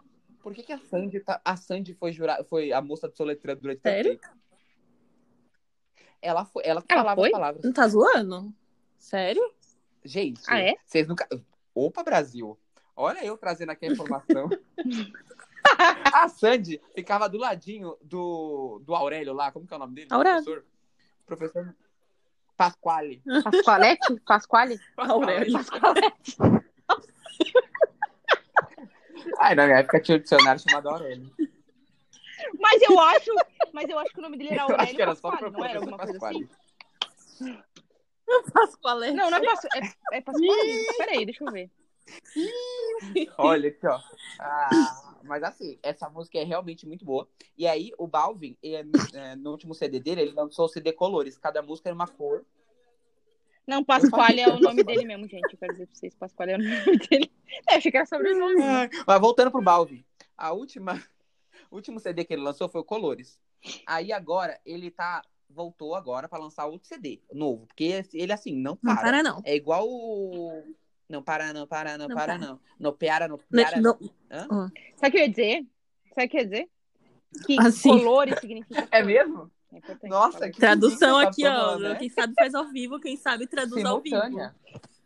Por que, que a Sandy tá- a Sandy foi jurar, foi a moça do soletrando durante tanto
Sério?
tempo? Ela foi, ela que
Ela
falava
foi?
as palavras.
Não tá zoando? Sério?
Gente,
Ah, é?
vocês nunca. Opa, Brasil! Olha eu trazendo aqui a informação. a Sandy ficava do ladinho do, do Aurélio lá, como que é o nome dele?
Aurélio.
Professor, professor Pasquale.
Ah. Pasqualete? Pasquale?
é? Aurélio.
Pasqualete.
Ai, na minha época tinha um dicionário chamado Aurélio.
Mas eu acho, mas eu acho que o nome dele era
Eu acho que
Aurélio
era só
Pasquale, não era
professor
alguma coisa assim?
Pasquale.
Pascoalete.
Não, não é Pasquale, é, é Pasquale. Peraí, deixa eu ver.
Olha aqui, ó. Ah, mas assim, essa música é realmente muito boa. E aí, o Balvin, ele, eh, no último CD dele, ele lançou o CD Colores. Cada música era uma cor.
Não, Pasquale é o nome dele mesmo, gente. Eu quero dizer pra vocês, Pasquale é o nome dele. É, achei que era sobre o nome.
Ai, Mas voltando pro Balvin, a última, o último CD que ele lançou foi o Colores. Aí agora ele tá voltou agora pra lançar outro CD novo, porque esse- ele assim não para.
Não para, não.
É igual o não para não para não,
Não
para,
para.
não. No piara no piara.
Não- é
Sabe o que eu ia dizer? Sabe o que eu ia dizer? Que
Assim.
colores significa
É
cor.
mesmo?
É importante
Nossa,
falar.
que
Tradução
tá
aqui, ó.
falando, né?
Quem sabe faz ao vivo, quem sabe traduz ao vivo.
Simultânea.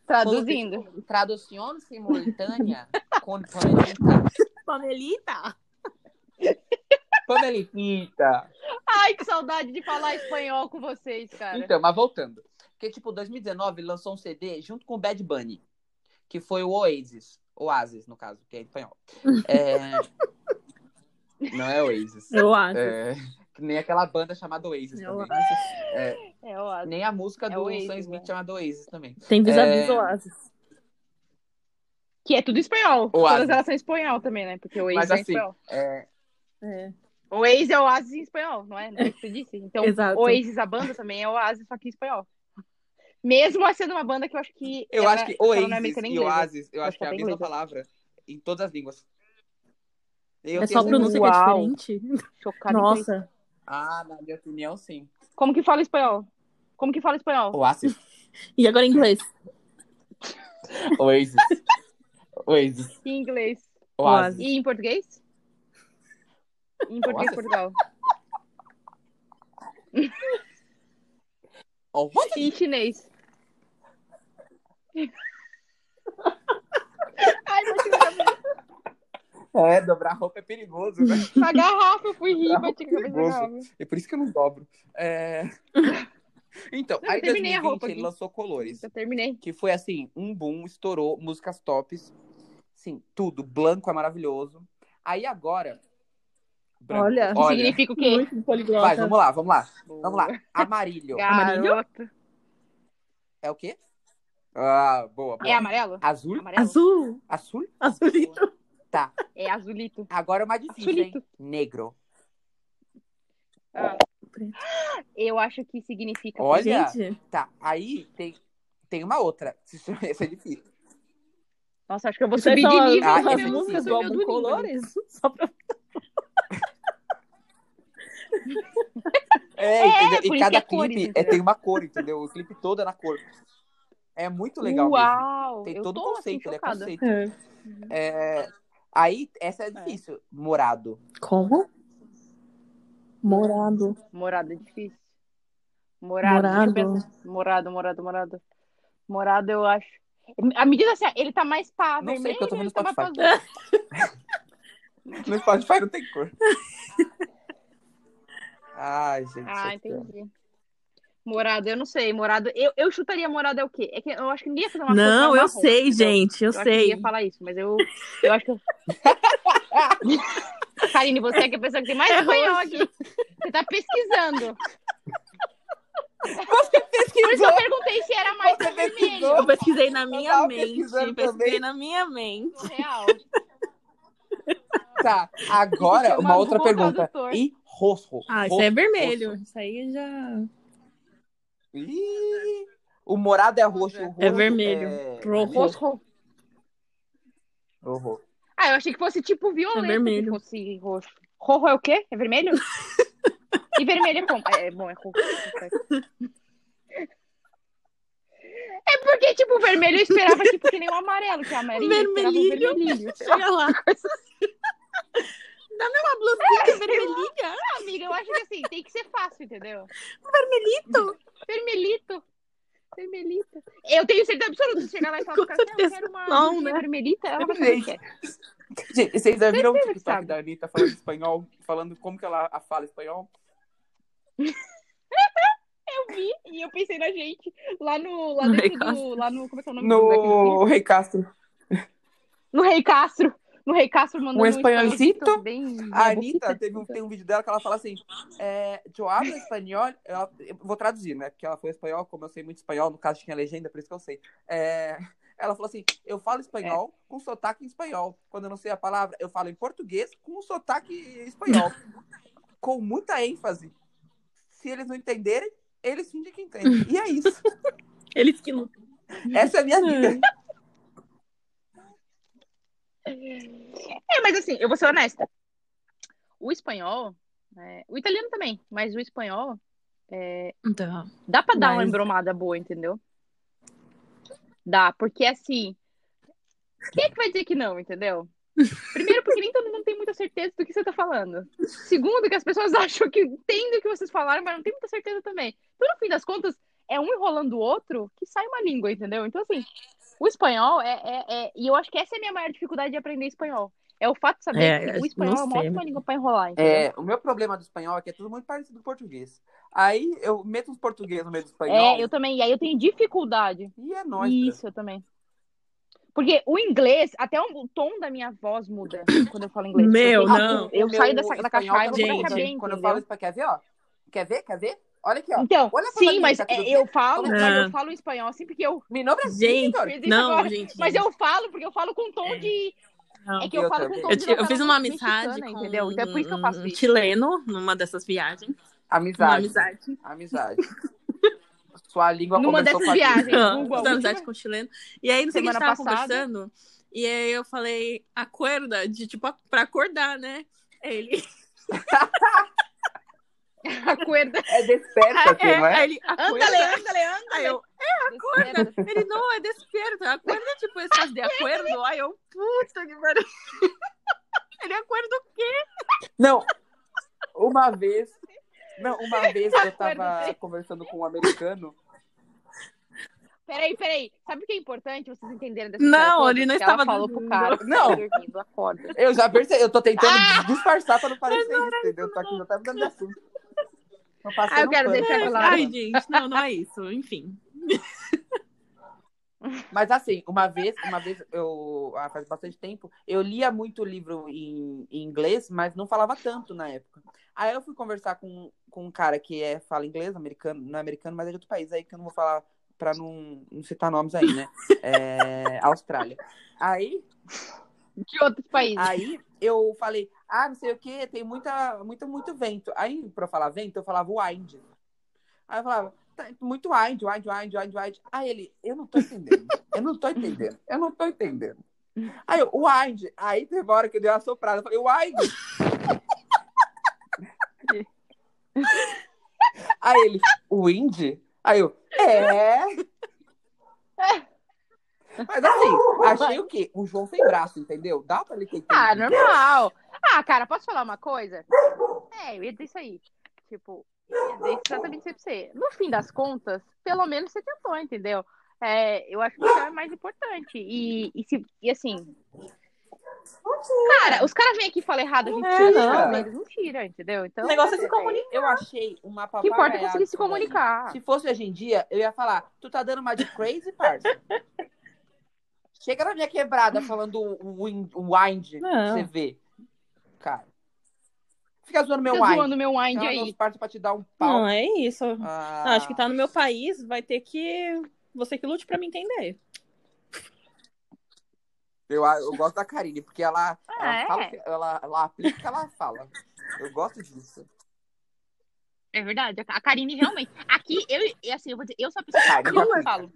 Traduzindo.
Tradução simultânea. com Pamelita.
Pamelita?
Pamelita.
Ai, que saudade de falar espanhol com vocês, cara.
Então, mas voltando. Porque, tipo, 2019 lançou um CD junto com o Bad Bunny, que foi o Oasis. Oasis, no caso, que é em espanhol. É... Não é Oasis.
Eu acho.
É... que Nem aquela banda chamada Oasis
Eu
também.
acho.
É ótimo.
Nem a música
É
do
Oasis,
Sam Smith
né?
chamada Oasis também.
Tem
É.
vis-a-vis é... oásis.
Que é tudo espanhol.
Oásis.
Todas elas são espanhol também, né? Porque o Waze
Mas
é em
assim,
espanhol.
é,
É.
O Waze é Oasis em espanhol, não é? Não é o que você disse? Então,
Exato.
o Oasis, a banda, também é Oasis, só que em espanhol. Mesmo sendo uma banda que eu acho que.
Eu
ela-
acho que
ela não é
Oasis
americana nem
e
inglesa.
Oasis, eu
Ela
acho que é a
só tem
mesma
inglesa.
palavra em todas as línguas. Eu
É
tenho um
só a pronúncia que é
Uau.
diferente?
Chocada com isso.
Nossa.
Ah, na minha opinião, sim.
Como que fala espanhol? Como que fala espanhol?
Oasis.
E agora em inglês?
Oasis. Oasis.
Em inglês.
Oasis.
E em português? Em
Oasis?
português, de Portugal.
Oasis.
E em chinês. Ai, não te
É, dobrar roupa é perigoso, né?
Na garrafa, eu fui rir, bati com a cabeça
Perigoso.
na garrafa.
É por isso que eu não dobro. É... Então,
Não,
aí
eu
em
terminei a roupa
2020 ele
aqui.
lançou Colores,
Eu terminei.
que foi assim, um boom, estourou, músicas tops, sim, tudo, Blanco é maravilhoso. Aí agora... Branco,
Olha.
Que significa o quê?
Muito poliglota.
Vai, vamos lá, vamos lá, vamos lá. Amarilho,
Amarelo?
Garota.
é o quê? Ah, boa, boa.
É amarelo?
Azul?
Amarelo?
Azul.
Azul?
Azulito.
Tá.
É azulito.
Agora é uma difícil, hein?
Azulito.
Negro.
Ah. Eu acho que significa.
Olha.
Gente,
Tá. Aí tem, tem uma outra. Essa é difícil.
Nossa, acho que eu vou
você
subir
só
de nível. né?
Ah,
as
é
músicas né? do
Subiu
álbum
nível.
Colores? Só pra...
É, entendeu?
por
E
isso
cada
é cores,
clipe é,
entendeu?
tem uma cor, entendeu? O clipe todo é na cor. É muito legal mesmo.
Uau!
Tem
eu
todo o
tô, assim,
conceito, ele é
chocada.
conceito. É, Aí, essa é difícil. Morado.
Como? Morado.
Morada é difícil. Morado,
Morado.
deixa eu pensar. morado, morado, morado. Morado, eu acho. A medida assim, ele tá mais pra
Não sei,
vermelho,
que eu tô vendo
ele tá mais pra
Spotify.
azul.
No Spotify não tem cor. Ai, gente. é
Ah, entendi. Morado, eu não sei. Morado, eu, eu chutaria morado é o quê? É que eu acho que ninguém ia fazer uma coisa
Não, eu
marrom,
sei,
entendeu?
gente, eu
Eu, acho que
sei.
ia falar isso, mas eu, eu acho que. eu- Karine, você é que a pessoa que tem mais
É
espanhol
roxo.
aqui. Você tá pesquisando.
Você
Por isso que eu
pesquisou?
perguntei se era mais pra
Você
vermelho.
pesquisou?
Eu pesquisei na
Eu
minha
tava
mente.
pesquisando
Pesquisei
também.
na minha mente.
Real.
Tá. Agora, uma
Chamar
outra
Google
pergunta.
Tradutor.
E rosto.
Ah, isso é vermelho. Isso aí já.
Ih, o morado é roxo. O roxo
vermelho.
É...
Pro roxo.
Roxo.
O roxo.
Ah, eu achei que fosse tipo violeta.
É vermelho.
Que fosse roxo. Rojo é o quê? É vermelho? e vermelho é como? É, é bom, é roxo. É porque, tipo, vermelho eu esperava, tipo, que nem o amarelo, que é amarelinho. eu esperava um
Vermelhinho.
vermelhinho.
Chega lá. Dá-me uma blusinha vermelhinha.
Amiga, eu acho que assim, tem que ser fácil, entendeu?
Vermelhito.
Vermelhito. Vermelhita. Eu tenho certeza absoluta. Se chegar lá e falar
Com
pro cara, não, eu
certeza
quero uma
não,
blusinha
né?
vermelhita, ela vai saber o que é.
Gente, vocês já viram o
Certeza que
TikTok
sabe.
da Anitta falando espanhol? Falando como que ela fala espanhol?
Eu vi e eu pensei na gente lá no. Lá
No Rei
dentro do. Lá no. Como é que é o nome do- daquele filme?
No Rei Castro.
No Rei Castro. No Rei Castro mandando
Um
um
espanholcito?
espanholcito Bem...
A
tá
Anitta teve um, tem um vídeo dela que ela fala assim: é, Eu hablo espanhol. Ela, eu vou traduzir, né? Porque ela foi espanhol, como eu sei muito espanhol, no caso tinha legenda, por isso que eu sei. É, ela falou assim: Eu falo
É.
espanhol com sotaque em espanhol. Quando eu não sei a palavra, eu falo em português com sotaque em espanhol. com muita ênfase. Se eles não entenderem, eles fingem que entendem. E é isso.
Eles que lutam.
Essa é a minha dica.
É, mas assim, eu vou ser honesta. O espanhol. é, O italiano também, mas o espanhol.
Então.
Dá pra dar uma
Mas-
embromada boa, entendeu? Dá, porque assim. Quem é que vai dizer que não, entendeu? Primeiro, porque nem todo mundo tem muita certeza do que você tá falando. Segundo, que as pessoas acham que entendem o que vocês falaram, mas não tem muita certeza também. Então, no fim das contas, é um enrolando o outro que sai uma língua, entendeu? Então, assim, o espanhol é. é- é- E eu acho que essa é a minha maior dificuldade de aprender espanhol. É o fato de saber
É,
que o espanhol
não
é uma
sei.
ótima língua pra enrolar, entendeu?
É, o meu problema do espanhol é que é tudo muito parecido com o português. Aí eu meto os portugueses no meio do espanhol.
É, eu também. E aí eu tenho dificuldade.
E é nóis. cara.
Isso, eu também. Porque o inglês, até o tom da minha voz muda quando eu falo inglês.
Meu,
eu,
Ah,
tenho-
não.
o-
Eu
o meu
saio dessa- da
espanhol
caixa e
também,
vou
Gente.
pra bem,
Quando eu
entendeu?
falo espanhol, quer ver, ó? Quer ver, quer ver? Olha aqui, ó.
Então,
Olha pra
sim,
mim,
mas
tá tudo
é,
bem?
eu falo,
Olha
mas
pra
eu
mim.
falo espanhol assim porque eu...
Me nombra
Gente,
Vitor.
Fiz isso
Não,
agora,
gente.
Mas eu falo porque eu falo com um tom
É.
de...
Não.
É que eu,
Eu
falo
também.
com um tom
Eu,
de...
te- eu fiz uma
novela
amizade
mexicana,
com
entendeu? Então é por isso que eu faço
um
isso.
chileno numa dessas viagens. Uma
Amizade. Amizade.
amizade.
Sua língua
Numa
começou
dessas
com a língua.
viagens,
Ah,
Google,
fiz
a
uma amizade
última-
com o chileno. E aí, não sei o que a gente
Semana
tava
passada.
conversando. E aí eu falei, acorda, de tipo, a- pra acordar, né? Aí Ele,
Acorda.
É desperta,
é,
não é?
aí ele acorda.
Ándale, ándale, ándale.
Aí eu,
"É, Desperta.
ele não, é desperta. Acorda, tipo, esse caso de acordo. Aí eu, puta que pariu. Ele acorda o quê?
Não. Uma vez. Não, uma vez eu tava
Acordei.
conversando com um americano.
Peraí, peraí. Sabe o que é importante vocês entenderem dessa
Não,
história toda?
ele não
Que ela
estava
falou pro
dormindo.
cara que
Não.
estava dormindo, acorda.
Eu já percebi, eu tô tentando
Ah!
disfarçar pra não parecer isso, entendeu? Tô aqui, já tá mudando de assunto. Tô passando
Ah, eu quero
pano,
deixar
tô
claro.
passando
Ai, gente, não, não é isso. Enfim.
Mas assim, uma vez, uma vez eu ah, faz bastante tempo, eu lia muito livro em, em inglês, mas não falava tanto na época. Aí eu fui conversar com, com um cara que é, fala inglês, americano, não é americano, mas é de outro país aí que eu não vou falar pra não, não citar nomes aí, né? É, Austrália. Aí
de outros países.
Aí eu falei, ah, não sei o que, tem muita, muito, muito vento. Aí, pra eu falar vento, eu falava wind. Aí eu falava, tá muito wind, wind, wind, wind, wind. Aí ele, eu não tô entendendo, eu não tô entendendo, eu não tô entendendo. Aí eu, wind. Aí teve uma hora que eu dei uma soprada, eu falei, wind. Aí ele, wind? Aí eu, é. Mas assim, achei o quê? Um João sem braço, entendeu? Dá pra ele ter
Ah,
entendido.
normal. Ah, cara, posso falar uma coisa? É, eu ia dizer isso aí. Tipo, eu ia dizer exatamente isso pra você. No fim das contas, pelo menos você tentou, entendeu? É, eu acho que isso é mais importante. E, e, se, e assim. Cara, os caras vêm aqui e falam errado, a gente
É,
tira,
não.
pelo menos não tira, entendeu? Então,
O
o
negócio é se comunicar.
Eu achei uma
que importa é
papagaiada
conseguir se
isso daí.
comunicar.
Se fosse hoje em dia, eu ia falar, tu tá dando uma de crazy, parça? Chega na minha quebrada falando o wind, o wind
Não.
você vê. Cara. Fica zoando meu
Fica
wind.
zoando meu wind
Ela
aí.
um não parte pra te dar um pau.
Não, é isso.
Ah,
Não, acho que tá no meu país, vai ter que. Você que lute pra me entender.
eu, ah, eu gosto da Karine, porque ela, ela,
Ah, é?
fala, o que- ela, ela aplica o que ela fala. Eu gosto disso.
É verdade, a Karine realmente. Aqui, eu, e assim, eu vou dizer, eu sou a pessoa
Karine
que eu
aplica.
falo.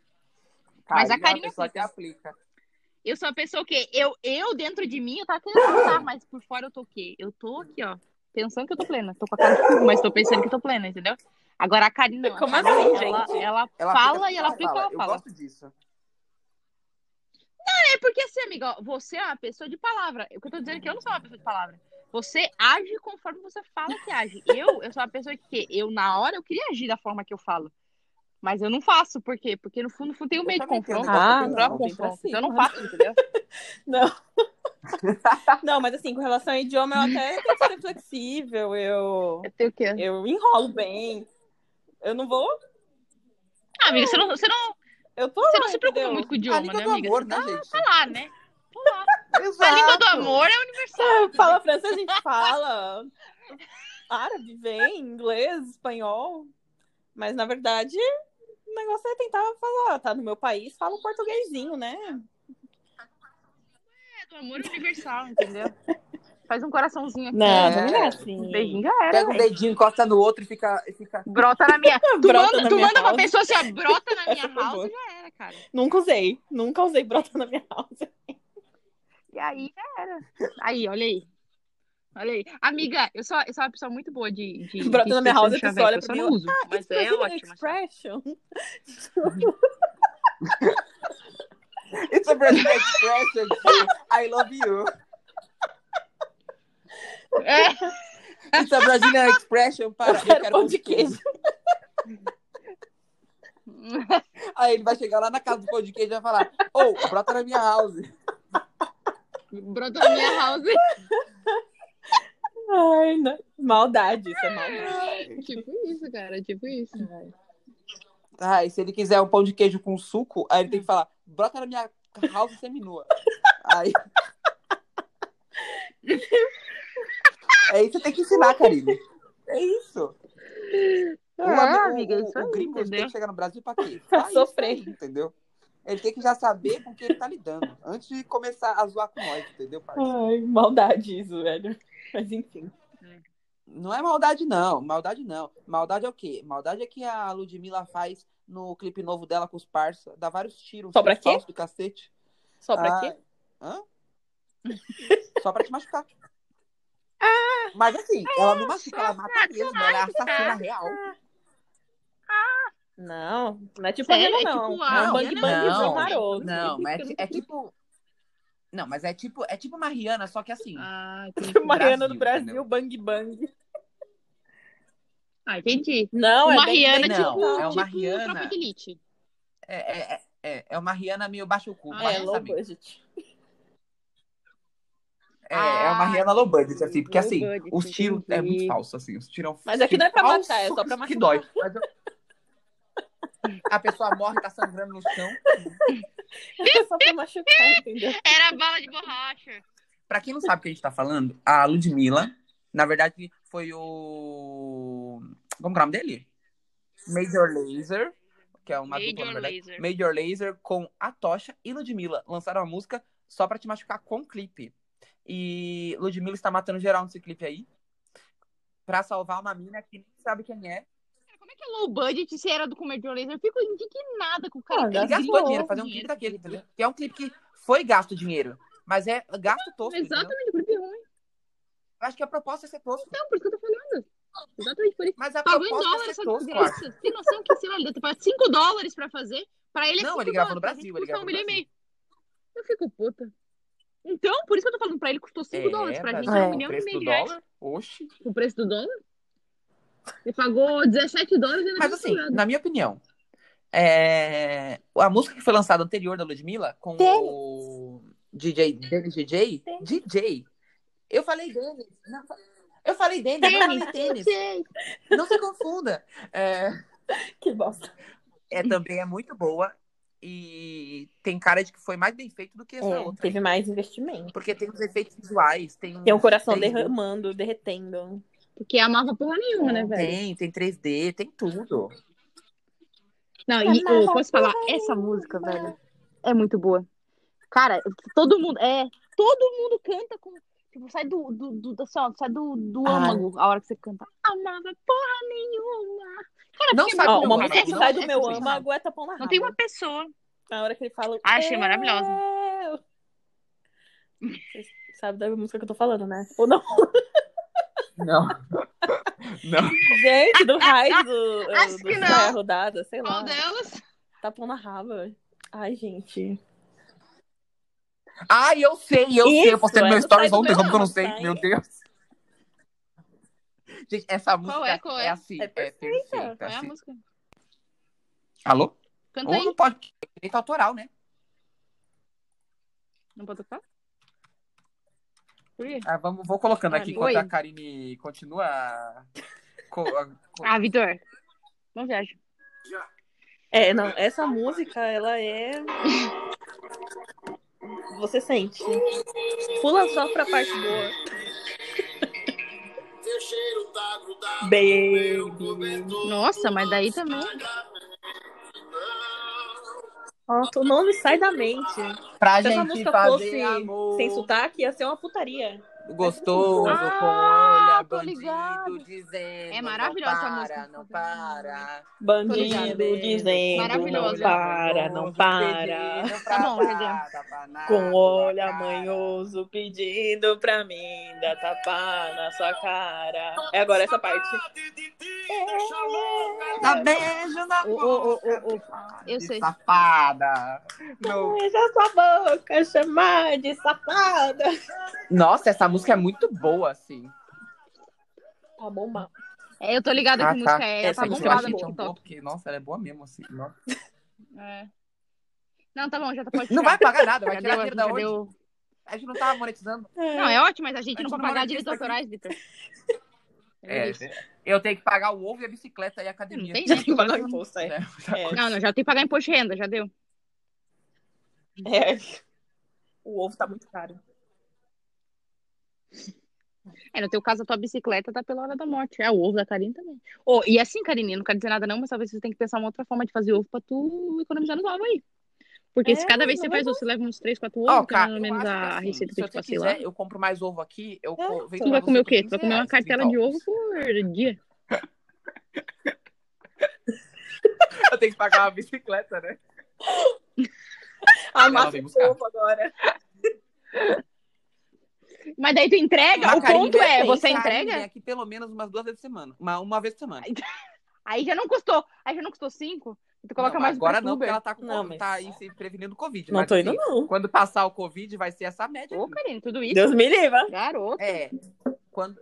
Karine
Mas a
é uma
Karine
pessoa que aplica.
Eu sou a pessoa que eu, eu dentro de mim, eu tava querendo voltar, mas por fora eu tô o quê? Eu tô aqui, ó, pensando que eu tô plena. Tô com a cara de cu, mas tô pensando que eu tô plena, entendeu? Agora a Karina não.
Como
a Karine,
assim,
ela,
gente?
Ela,
Ela
fala
aplica
e ela aplica o que ela
Eu
fala.
gosto disso.
É porque assim, amiga, ó, você é uma pessoa de palavra. O que eu tô dizendo é que eu não sou uma pessoa de palavra. Você age conforme você fala que age. Eu, eu sou uma pessoa que eu, na hora, eu queria agir da forma que eu falo. Mas eu não faço, por quê? Porque no fundo, no fundo tem o medo de
também tenho
confronto.
negócio
Ah,
tem o
de não,
próprio
vem pra
confronto. Então eu não
cima.
faço, entendeu?
Não, mas assim, com relação ao idioma, eu até tento ser flexível, eu,
Eu tenho o quê?
eu enrolo bem. Eu não vou.
Ah, amiga, você não, você não,
Eu tô
Você
lá,
não se preocupa
entendeu?
muito com o
A
idioma,
língua
né,
do
amiga?
amor,
Dá
tá, gente?
pra falar, né? Falar.
Exato.
A língua do amor é universal.
É, Fala francês, a gente fala. Árabe vem, inglês, espanhol. Mas na verdade, o negócio é tentar falar. Tá no meu país, fala um portuguesinho, né?
É do amor universal, entendeu? Faz um coraçãozinho aqui.
Não,
não
não é assim.
Um beijinho já era.
Pega um
velho.
dedinho, encosta no outro e fica. e fica...
Brota na minha. Tu
Brota
manda,
na
tu
minha Tá
manda pra
house.
pessoa assim, ó, brota na minha
Essa foi boa.
house, já era, cara.
Nunca usei. Nunca usei brota na minha house.
E aí já era. Aí, olha aí. Olha aí. Amiga, eu sou, eu sou uma pessoa muito boa de. de
Brota
de
na minha house, a
expressão de
pessoa olha
chaveco.
pra
Eu
mim, Ah,
só não uso, mas é
Brazilian
ótimo. assim.
Expression.
It's a Brazilian expression. too. I love you.
É.
It's a Brazilian expression para.
Eu quero
um
pão de queijo.
é.
Aí ele vai chegar lá na casa do pão de queijo e vai falar: Ô, brota na minha house.
É. Brota na minha house.
Ai, não. Maldade, isso é maldade.
Tipo isso, cara. Tipo isso.
Ah, e se ele quiser um pão de queijo com suco, aí ele tem que falar: brota na minha house seminua. Aí. É isso que você tem que ensinar, Karine. É isso. O ami-
Ah,
o-
amiga,
o-
isso né? aí,
o gringo ele tem
entendeu?
que chegar no Brasil pra quê?
Pra
isso
sofrer.
aí, entendeu? Ele tem que já saber com quem ele tá lidando. Antes de começar a zoar com nós, entendeu, parceiro?
Ai, maldade isso, velho. Mas enfim.
Não é maldade, não. Maldade não. Maldade é o quê? Maldade é que a Ludmilla faz no clipe novo dela com os parça. Dá vários tiros.
Só pra
tiros
quê?
falsos Do cacete.
Só pra
Ah,
quê?
Hã? Só pra te machucar. Mas assim, ela não machuca, ela
Ah,
mata mesmo. Ela é assassina real.
Não, não é tipo
Sério?
Hello,
É
não.
tipo
é
a
um bang
Rihanna?
bangzão
Não,
maroto.
Não, mas é, ti- é tipo. Não, mas é tipo, é tipo uma Rihanna, só que assim.
Ah,
Tipo Mariana do Brasil,
entendeu?
bang bang.
Ah, entendi.
Não,
uma
é bang,
Rihanna,
bang,
não,
tipo,
é uma
tipo
Rihanna.
tropa de elite.
É, é, é- é, é uma Rihanna meio baixo cu.
Ah,
baixa
É, low
orçamento.
budget.
É, é uma
Ah,
Rihanna low budget, assim, porque
low
assim,
budget,
os tiros é
entendi.
muito falso, assim, os tiros.
Mas aqui não é pra
falso,
matar, é só pra
Que
machucar.
dói. Mas eu- A pessoa morre, tá sangrando no chão.
É só pra machucar, entendeu?
Era bala de borracha.
Pra quem não sabe o que a gente tá falando, a Ludmilla, na verdade, foi o. Como que é o nome dele? Major Laser, que é uma dupla, na
Major
verdade.
Laser.
Major Laser com a Tocha e Ludmilla lançaram a música só para te machucar com clipe. E Ludmilla está matando geral nesse clipe aí. Pra salvar uma mina que nem sabe quem é.
Como é que é low budget se era do Comedian Laser? Eu fico indignada com o cara.
Ah,
que
Ele
Gastou
gastou dinheiro pra fazer um clipe
dinheiro. né?
daquele, entendeu? Que é um clipe que foi gasto dinheiro. Mas é gasto tosco. entendeu?
Exatamente, o clipe é ruim.
Eu acho que a proposta é ser tosco.
Não, por isso que eu tô falando. Exatamente por isso.
Mas a
Pagou em
proposta
dólar
é ser
essa
tosco, eu acho.
desgraça. Tem noção que, sei lá, ele deve ter pago 5 dólares pra fazer. Pra ele é
Não,
5
ele gravou no
dólares, pra
Brasil,
gente
ele gravou
custou
no
um milhão e meio. Eu fico puta. Então, por isso que eu tô falando, pra ele custou 5
É,
dólares, pra gente
Brasil,
é
o
um milhão e
preço
meio
do
de reais.
dólar? Oxi.
O preço do dólar? Ele pagou 17 dólares e
Tá
ainda
Mas
deu
assim,
sobrado.
na minha opinião, é, a música que foi lançada anterior da Ludmilla, com o DJ, Dennis DJ, DJ, eu falei Dennis, não, eu falei Dennis, eu não falei Dennis,
Sei.
não se confunda. É,
Que bosta.
é, também é muito boa e tem cara de que foi mais bem feito do que essa outra.
É, teve mais investimento.
Porque tem os efeitos visuais, tem,
Tem um coração
tem-
derramando, derretendo.
Porque amava porra nenhuma, né, velho?
Tem, tem 3D, tem tudo.
Não, e eu posso falar, essa música, velho, é muito boa. Cara, todo mundo, é, todo mundo canta com, tipo, sai do, do, do assim, ó, sai do, do
Ah.
âmago a hora que você canta. Amava porra nenhuma.
Não
porque- é
sai
Ó,
do
uma
meu
música é que
âmago,
sai
não
do
sai
meu
meu
âmago é tapão na
Não
raba.
tem uma pessoa.
Na hora que ele fala.
Achei maravilhosa.
"Eu". Vocês sabem da música que eu tô falando, né? Ou não?
Não. Não.
Gente, do raio do,
Acho
do
que não.
Praia rodada, sei lá.
delas?
Tapão na raba. Ai, gente.
Ai, eu sei, eu sei. Eu
Isso,
postei no meu
é,
stories
sai do
ontem,
meu
como que eu não
lado,
sei?
sai.
Meu Deus. Gente, essa música
é, qual é?
assim,
É
é perfeita.
perfeita,
assim.
música?
Alô?
Canta
Ou não pode, direito autoral, né?
Não pode tocar? Por quê?
Ah, vamos, vou colocando
Ah,
aqui
oi.
enquanto a Karine continua. co- a- co-
Ah, Vitor, não viaja.
É, não, essa música, ela é. Você sente. Pula só pra parte boa.
Teu cheiro tá grudado no
Baby.
cobertor.
Nossa, mas daí também.
Ó, teu nome sai da mente.
Pra
Se essa
gente
música
fazer
fosse
amor
sem sotaque, ia ser uma putaria.
gostoso,
Ah,
com olha,
tô
bandido,
ligado.
dizendo.
É maravilhosa essa
não para,
música.
Não para.
Bandido
Tô ligado.
dizendo.
Maravilhoso.
Não para, não para.
Tá bom,
Com olho amanhoso pedindo pra mim dar tapa na sua cara. É agora essa parte.
Saudade de ti, deixa louca.
Dá beijo na
É. Ô, ô, ô, ô, ô.
boca,
Eu
de
sei.
Safada. No-
Beija sua boca, chamar de safada.
Nossa, essa música é muito boa, assim.
Tá bom, mal.
É, eu tô ligada
Ah,
que
tá.
música é. Ela
Essa
tá
música
eu
bombada
achei
no
tão boa,
TikTok.
porque, nossa, ela é boa mesmo, assim. Nossa.
É. Não, tá bom, já tá pode
Não vai
tirar.
pagar nada, vai
Já
tirar
deu,
dinheiro da
já
onde?
deu.
A gente não tá monetizando.
Não, é ótimo, mas a gente
A gente
não pode
não
pagar
monetiza
direitos
aqui.
autorais, Vitor.
É,
isso.
eu tenho que pagar o ovo e a bicicleta e a academia.
Não tem,
Já tem que pagar o imposto, é.
É.
É.
Não, não, já tem que pagar imposto de renda, já deu.
É. O ovo tá muito caro.
É, no teu caso, a tua bicicleta tá pela hora da morte. É, o ovo da Karine também. Ô, e assim, Karine, eu não quero dizer nada não, mas talvez você tenha que pensar uma outra forma de fazer ovo pra tu economizar nos ovos aí. Porque se
É,
cada vez que você
não
faz ovo, você leva uns 3, 4
Ó,
ovos, que é
cara,
mais
eu
ou menos
acho que,
a
assim,
receita que
se
eu te
você
passei lá.
quiser, eu compro mais ovo aqui. Eu co-
É,
vendo
tu
Tu
pra
vai
você
comer o
por
quê?
15
Tu vai comer uma
reais,
cartela
30
de ovo
ovos.
por dia.
Eu tenho que pagar uma bicicleta, né?
A
massa
massa
vem
de
de buscar.
ovo agora.
Mas daí tu entrega?
Mas
o
Karine
ponto é,
vem-
você
Karine
entrega?
vem aqui pelo menos umas duas vezes por semana. Uma, uma vez por semana.
Aí já não custou. Aí já não custou 5? Tu coloca
Não,
mais um
agora
preço
não, porque
Uber.
ela tá, com,
Não, mas-
tá aí se prevenindo o Covid.
Não
mas,
tô
assim,
indo, não.
Quando passar o Covid, vai ser essa média.
Ô, Karine, tudo isso?
Deus me livre.
Garoto.
É. Quando,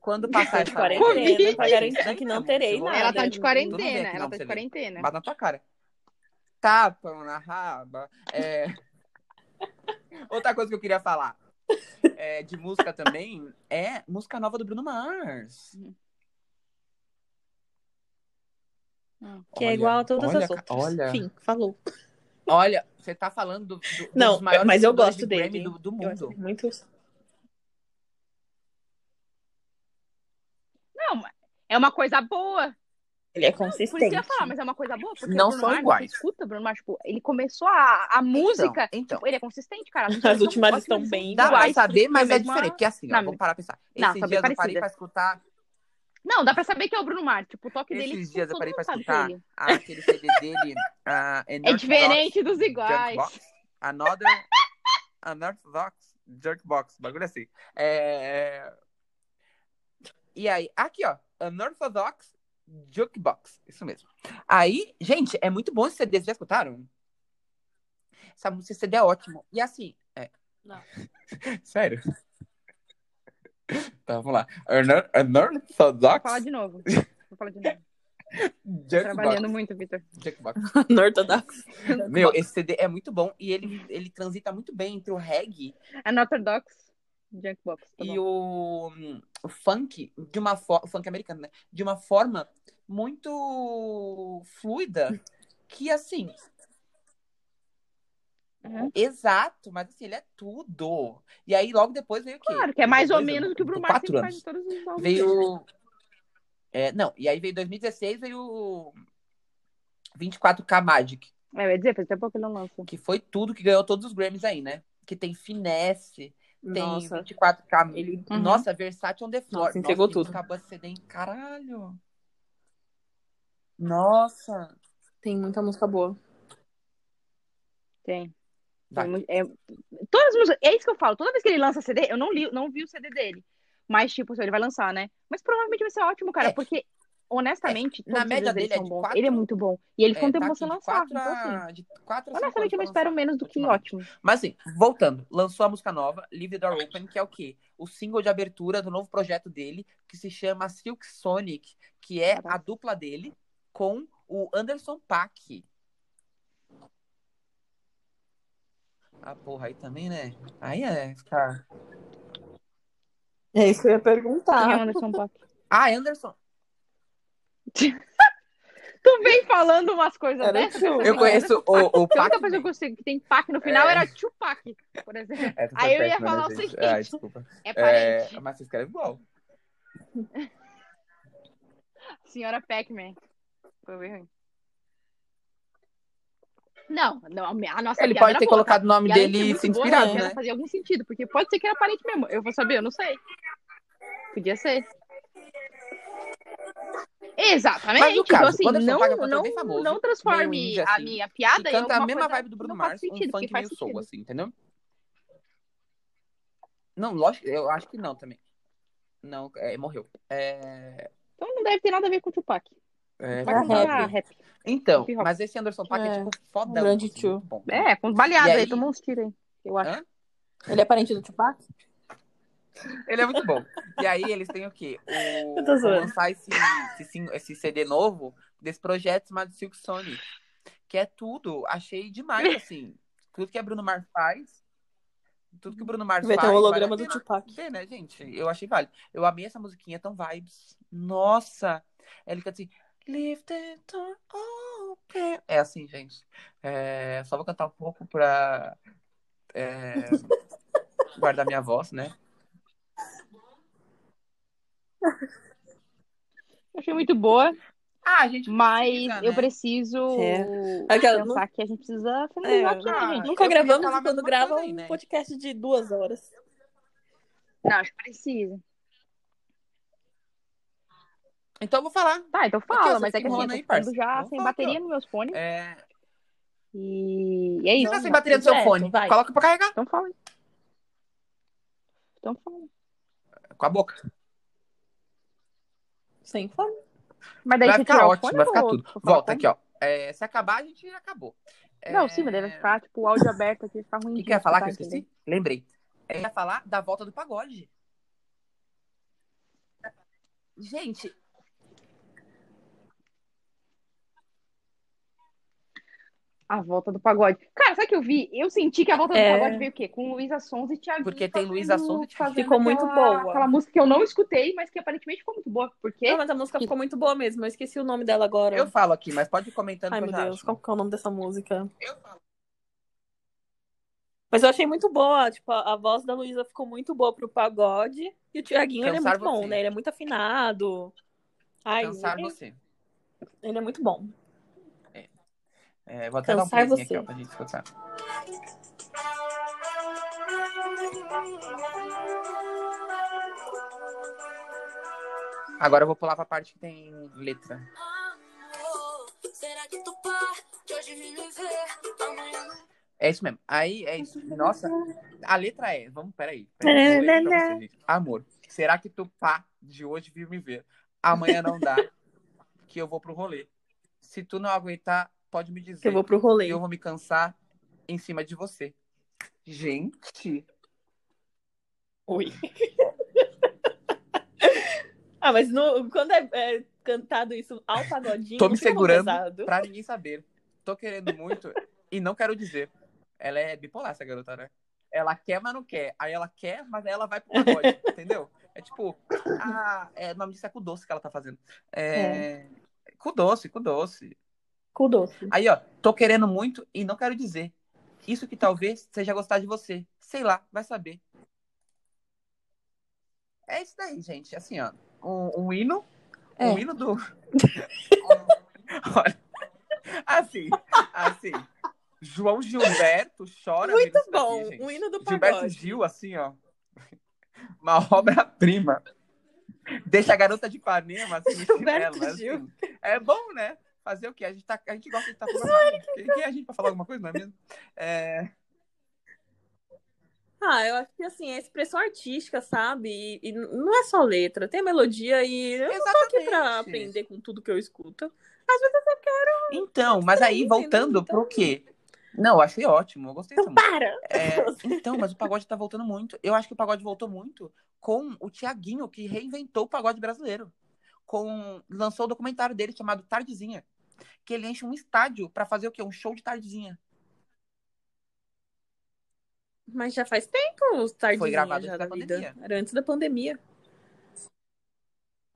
quando passar
Tá de
essa média,
quarentena pra
vai ser isso
garantir
daí
que não
mesmo,
terei
senão-
nada.
Ela tá de
É, Tudo bem
quarentena,
aqui, não,
ela tá de
você vê.
né?
quarentena.
Bate na tua cara. Tapam na raba. É. Outra coisa que eu queria falar é, de música também é música nova do Bruno Mars.
Que é igual a todas
olha,
as outras.
Olha,
Enfim, falou.
olha, você tá falando do, do,
Não,
dos maiores
mas eu
vencedores
gosto
de
dele,
Grammy
hein?
do, do
Eu acho
mundo. Então,
muito.
Não, é uma coisa boa.
Ele é
Por isso que eu ia
consistente.
falar, mas é uma coisa boa, porque
Não
o Bruno
são
Mars,
iguais.
você escuta, o Bruno Mars, tipo, ele começou a, a música,
então.
ele é consistente, cara.
As
são
últimas
ótimas,
estão
são
bem
Dá pra
iguais,
saber,
porque
mas
a
é
mesma-
diferente. Porque assim, ó,
Não,
vamos parar pra pensar.
não,
Esses
tá bem
dias eu parei
parecida.
pra escutar
Não, dá pra saber que é o Bruno Mars, tipo, o toque dele...
Esses dias eu
todo
parei pra
mundo sabe
escutar
dele.
Ah, aquele CD dele. ah,
É
Unorthodox
diferente dos
Junk
iguais.
Box, Another Unorthodox Jerkbox. Bagulho assim. É, é, E aí, aqui, ó. Unorthodox Jukebox. Isso mesmo. Aí, gente, é muito bom esse CD. Vocês já escutaram? Essa música, esse CD é ótimo. E assim. É...
Não.
Sério? Tá, vamos lá. Unor-
Vou falar
Unorthodox
de novo. Vou falar de novo.
Jukebox.
Trabalhando muito, Vitor.
Jukebox.
Nortodox.
Meu, esse CD é muito bom e
Uhum.
ele, ele transita muito bem entre o reggae
Unorthodox Junkbox. Tá
e
bom.
o, o funk, de uma fo- funk americano, né? De uma forma muito fluida, que assim.
Uhum.
Exato, mas assim, ele é tudo. E aí logo depois veio o quê?
Claro, que é mais ou
Dois
menos
anos,
o que o Bruno Mars
quatro
sempre faz
anos.
em todos os álbuns.
Veio. É, não, e aí veio 2016, veio o 24K Magic.
É, eu ia dizer, faz até pouco que ele não lança.
que foi tudo que ganhou todos os Grammys aí, né? Que tem finesse, tem
Nossa,
24K.
ele
Uhum.
Nossa, é Versátil on the floor.
Nossa, entregou
que
tudo.
Acabou de CD, hein? Caralho. Nossa.
tem muita música boa.
Tem.
Vai.
Tem mu- é- todas as músicas, é isso que eu falo. Toda vez que ele lança CD, eu não, li, não vi o CD dele. Mas, tipo, assim, ele vai lançar, né? Mas provavelmente vai ser ótimo, cara,
É.
porque, honestamente,
Na
todos os
média
CDs dele
dele é
são
de
bons.
quatro-
Ele é muito bom. E ele
É,
ficou um tempo
tá
pra
aqui
você
de
lançar.
quatro
Então, assim,
a- de quatro a cinco anos
honestamente, eu
pra
não espero
lançar.
menos do que
ultimamente.
ótimo.
Mas assim, voltando, lançou a música nova, Leave the Door Open, que é o quê? O single de abertura do novo projeto dele, que se chama Silk Sonic, que é a
Caraca.
dupla dele com o Anderson Paak. Ah, porra, aí também, né? Aí é ficar.
É isso que eu ia
Quem é
perguntar.
o Anderson Paak?
Ah, Anderson.
Tu vem falando umas coisas
Era
dessas.
isso.
dessas
Eu
coisas.
conheço o, o
A única
Pac.
coisa que eu consigo que tem Pac no final
É.
era Tupac, por exemplo.
Essa foi
Aí eu ia
péssima,
falar o
gente?
seguinte.
Ai, desculpa.
É
É,
parente.
mas se escreve igual.
Senhora Pac-Man. Foi bem ruim. Não, não, a nossa
Ele
piada
pode
era
ter
boa, tá?
colocado o nome
E além de
dele e
ser muito
se
boa,
inspirado,
essa piada
né?
Fazia algum sentido, porque pode ser que era parente mesmo. Eu vou saber, eu não sei. Podia ser. Exatamente.
Mas no caso,
então,
quando
assim,
ele for
não,
paga pra ser
não,
bem famoso,
não transforme
meio índio,
a
assim,
minha
E
piada em
canta a
alguma
mesma
coisa
vibe do Bruno
que não faz
Mars, um
sentido,
funk
que faz
meio
sentido.
soul, assim, entendeu? Não, lógico, eu acho que não também. Não, é, morreu. É,
Então não deve ter nada a ver com o Tupac.
é,
Mas
rap.
não
verdade.
era rap.
Então,
Hip hop.
mas esse Anderson Paak é,
É,
tipo fodão.
grande
assim,
tio.
muito bom.
É, com baleado
E
aí,
aí-
tomou uns tiros aí, eu acho.
Hã?
Ele é parente do Tupac?
Ele é muito bom. E aí eles têm o quê? O,
Eu tô
vão
zoando.
lançar esse, esse, sing- esse CD novo desse projeto chamado Silk Sonic. Que é tudo. Achei demais, assim. Tudo que a Bruno Mars faz. Tudo que o Bruno Mars
Vai ter
faz.
o
vale a
um holograma do
pena
Tupac.
ver, né, gente? Eu achei válido. Eu amei essa musiquinha, é tão vibes. Nossa! Ele canta assim. Leave the door open. É assim, gente. É, só vou cantar um pouco pra é, guardar minha voz, né?
Eu achei muito boa,
Ah, gente,
mas
precisa,
eu
né?
preciso
É.
Aquela-
pensar que a gente precisa
É,
finalizar aqui, né,
ah,
gente?
Nunca
Eu queria
gravamos
falar
e quando
mais uma coisa
grava
aí,
um
né?
podcast de duas horas.
Não, acho que precisa.
Então eu vou falar.
Tá, então
Aqui, ó,
fala,
vocês
mas é que assim, eu
enrolando
tô
aí,
ficando
parça.
já
Vamos
sem
falar aqui,
bateria
ó.
nos meus fones.
É...
E, e é
Você
isso.
tá sem bateria no seu
Direto,
fone.
vai.
Coloca pra carregar.
Então fala aí. Então fala.
Com a boca.
Sem fome.
Mas daí
vai
você
ficar
tirar o
ótimo,
fone
vai ficar
ou-
tudo.
ou fala
Volta
como?
aqui, ó. É, se acabar, a gente acabou. É,
tá? Não, sim, mas deve
né?
ficar, tipo, o áudio aberto aqui, ficar ruim.
O que
de
que eu ia falar que eu
escutar,
esqueci?
entendeu?
Lembrei. Eu ia falar da volta do pagode. Gente,
A volta do pagode. Cara, sabe o que eu vi? Eu senti que a volta do
É.
pagode veio o quê? Com Luísa Sons e Thiago.
Porque tem Luísa Sonza e Thiaguinho.
Ficou muito boa.
Aquela música que eu não escutei, mas que aparentemente ficou muito boa. Por quê?
Não, Ah, mas a música ficou muito boa mesmo. Eu esqueci o nome dela agora.
eu falo aqui, mas pode ir comentando
Ai,
que
meu
eu já
Deus,
acho.
qual que é o nome dessa música?
Eu falo.
Mas eu achei muito boa, tipo, a, a voz da Luísa ficou muito boa pro pagode. E o Tiaguinho, ele é
Cansar
muito bom,
você.
né? Ele é muito afinado. Ai,
Cansar
ele-
você.
Ele é muito bom.
É, vou até dar um
Cansar
pezinho
você.
aqui ó, pra gente escutar. Agora eu vou pular pra parte que tem letra.
Será que tu par que hoje vim me ver? Amanhã não
É isso mesmo. Aí é isso. Nossa, a letra é. Vamos, peraí. peraí vou ler aqui pra vocês, gente. Amor, será que tu pá de hoje vir me ver? Amanhã não dá, que eu vou pro rolê. Se tu não aguentar, pode me dizer.
Que eu vou pro rolê.
e eu vou me cansar em cima de você. Gente,
Oi. ah, mas no- quando é, é cantado isso ao pagodinho,
Tô me
fica mó
segurando
pesado.
pra ninguém saber. Tô querendo muito e não quero dizer. Ela é bipolar, essa garota, né? Ela quer, mas não quer. Aí ela quer, mas ela vai pro pagode, entendeu? É tipo, ah, é, o nome disso é cu doce que ela tá fazendo. É, Cu doce, cu doce.
Com doce.
Aí, ó, tô querendo muito e não quero dizer. Isso que talvez seja gostar de você. Sei lá, vai saber. É isso daí, gente. Assim, ó. Um, um hino.
É.
Um hino do. Olha. Assim, assim. João Gilberto chora.
Muito
vendo isso
bom,
daqui, gente.
um hino do
Gilberto
pagode.
Gil, assim, ó. Uma obra-prima. Deixa a garota de Ipanema, assim, em
Gilberto
chinelo,
Gil.
assim. É bom, né? Fazer o quê? A gente, tá, a gente gosta de estar falando. Quem quem é a gente pra falar alguma coisa, não é mesmo? É,
Ah, eu acho que assim, é expressão artística, sabe? E, e não é só letra, tem melodia e eu não tô aqui pra
Exatamente.
aprender com tudo que eu escuto. Às vezes eu quero.
Então, mas aí,
entendeu?
voltando
Então-
pro quê? Não, eu achei ótimo. Eu gostei dessa
Então
música.
para!
É,
assim.
então, mas o pagode tá voltando muito. Eu acho que o pagode voltou muito com o Tiaguinho, que reinventou o pagode brasileiro. Com, lançou o documentário dele chamado Tardezinha, que ele enche um estádio pra fazer o quê? Um show de tardezinha.
Mas já faz tempo os tardezinhos
gravado
já
antes
da
da
vida.
pandemia.
Era antes da pandemia.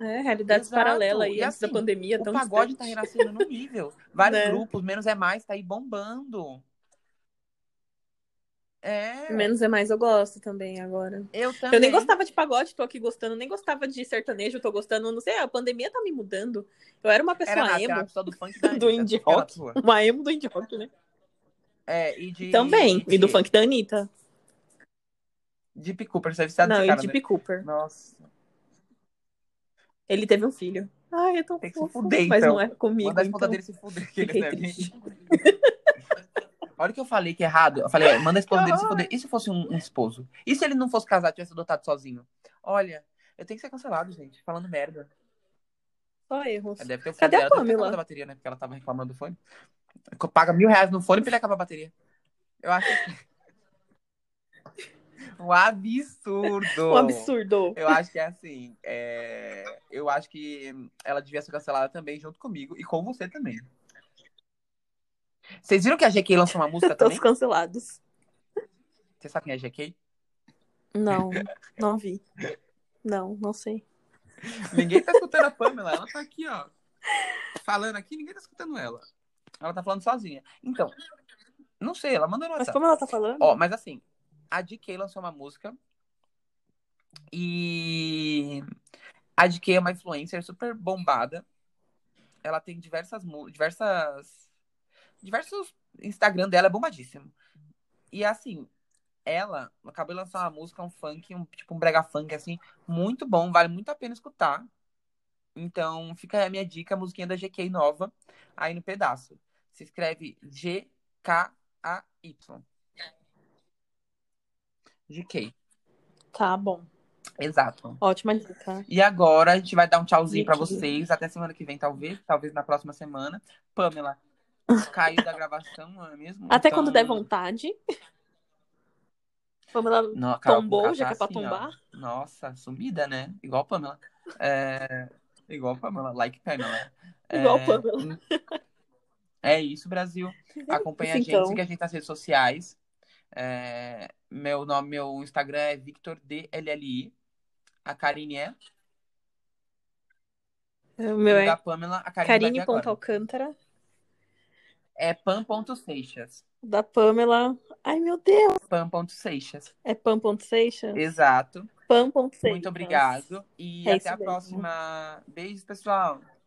É, realidades
Exato.
paralelas aí,
E,
antes da
assim,
pandemia,
O
é tão
pagode tá
distante.
renascendo no nível. Vários
Né?
grupos, menos é mais, tá aí bombando. É,
Menos é mais eu gosto também agora.
eu também.
Eu nem gostava de pagode, tô aqui gostando. Nem gostava de sertanejo, tô gostando. Não sei, a pandemia tá me mudando. Eu era uma
Era
pessoa
nada, era
emo.
uma pessoa do funk da
Do
Anitta,
indie
aquela
rock.
sua.
Uma emo do indie rock, né?
É, e de...
Também. E do
de-
funk da Anitta.
De P. Cooper, você é viciado
não,
nesse
e
cara,
de
né?
P. Cooper.
Nossa.
Ele teve um filho. Ai, é tão
Tem que se
fofo.
fuder,
mas
então.
não é comigo,
Manda a esposa
então.
dele se fuder. né, Que ele
Fiquei
deve.
triste.
Olha o que eu falei que é errado. Eu falei, é, manda a esposa dele se fuder. E se fosse um, um esposo? E se ele não fosse casado, tivesse adotado sozinho? Olha, eu tenho que ser cancelado, gente. Falando merda.
Só erros.
Ela É, Deve ter o fone
Cadê a
dela, deve ter
Pamela?
acabado a bateria, né? Porque ela tava reclamando do fone. Paga mil reais no fone pra ele acabar a bateria. Eu acho que... Um absurdo.
Um absurdo.
Eu acho que é assim. é, Eu acho que ela devia ser cancelada também, junto comigo e com você também. Vocês viram que a GK lançou uma música
Todos
também?
cancelados.
Você sabe quem é a GK?
Não, não vi. Não, não sei.
Ninguém tá escutando a Pamela. Ela tá aqui, ó. Falando aqui, ninguém tá escutando ela. Ela tá falando sozinha. Então, não sei, ela mandou no
Mas
WhatsApp.
como ela tá falando?
Ó, mas assim, a DK lançou uma música e a DK é uma influencer super bombada. Ela tem diversas mu- diversas diversos Instagram dela é bombadíssimo. E assim, ela acabou de lançar uma música, um funk, um tipo um brega funk assim, muito bom, vale muito a pena escutar. Então, fica aí a minha dica, a musiquinha da GK nova, aí no pedaço. Se escreve G K A Y. GK,
Tá bom.
exato.
Ótima dica.
E agora a gente vai dar um tchauzinho pra
Mentira.
vocês. Até semana que vem, talvez. Talvez na próxima semana. Pamela, caiu da gravação, não é mesmo?
Até
Então-
quando der vontade. Vamos lá.
Não, a Carol
Tombou,
Conká
já
tá
que é pra
assim, ó.
tombar.
Nossa, sumida, né? Igual a Pamela. É... Igual a Pamela. Like Pamela. É...
Igual a Pamela.
É isso, Brasil. Acompanha a gente,
Então.
siga a gente nas redes sociais. É, Meu nome, meu Instagram é VictorDLLI. A Karine é.
O
E
meu
o da
é
Pamela, a Karine, vai ver agora.
Karine.alcântara.
É pan.seixas.
Da Pamela. Ai, meu Deus.
Pan.seixas.
É Pam.seixas?
Exato.
Pam.seixas.
Muito obrigado. E
É
até
isso
a
mesmo.
próxima. Beijos, pessoal.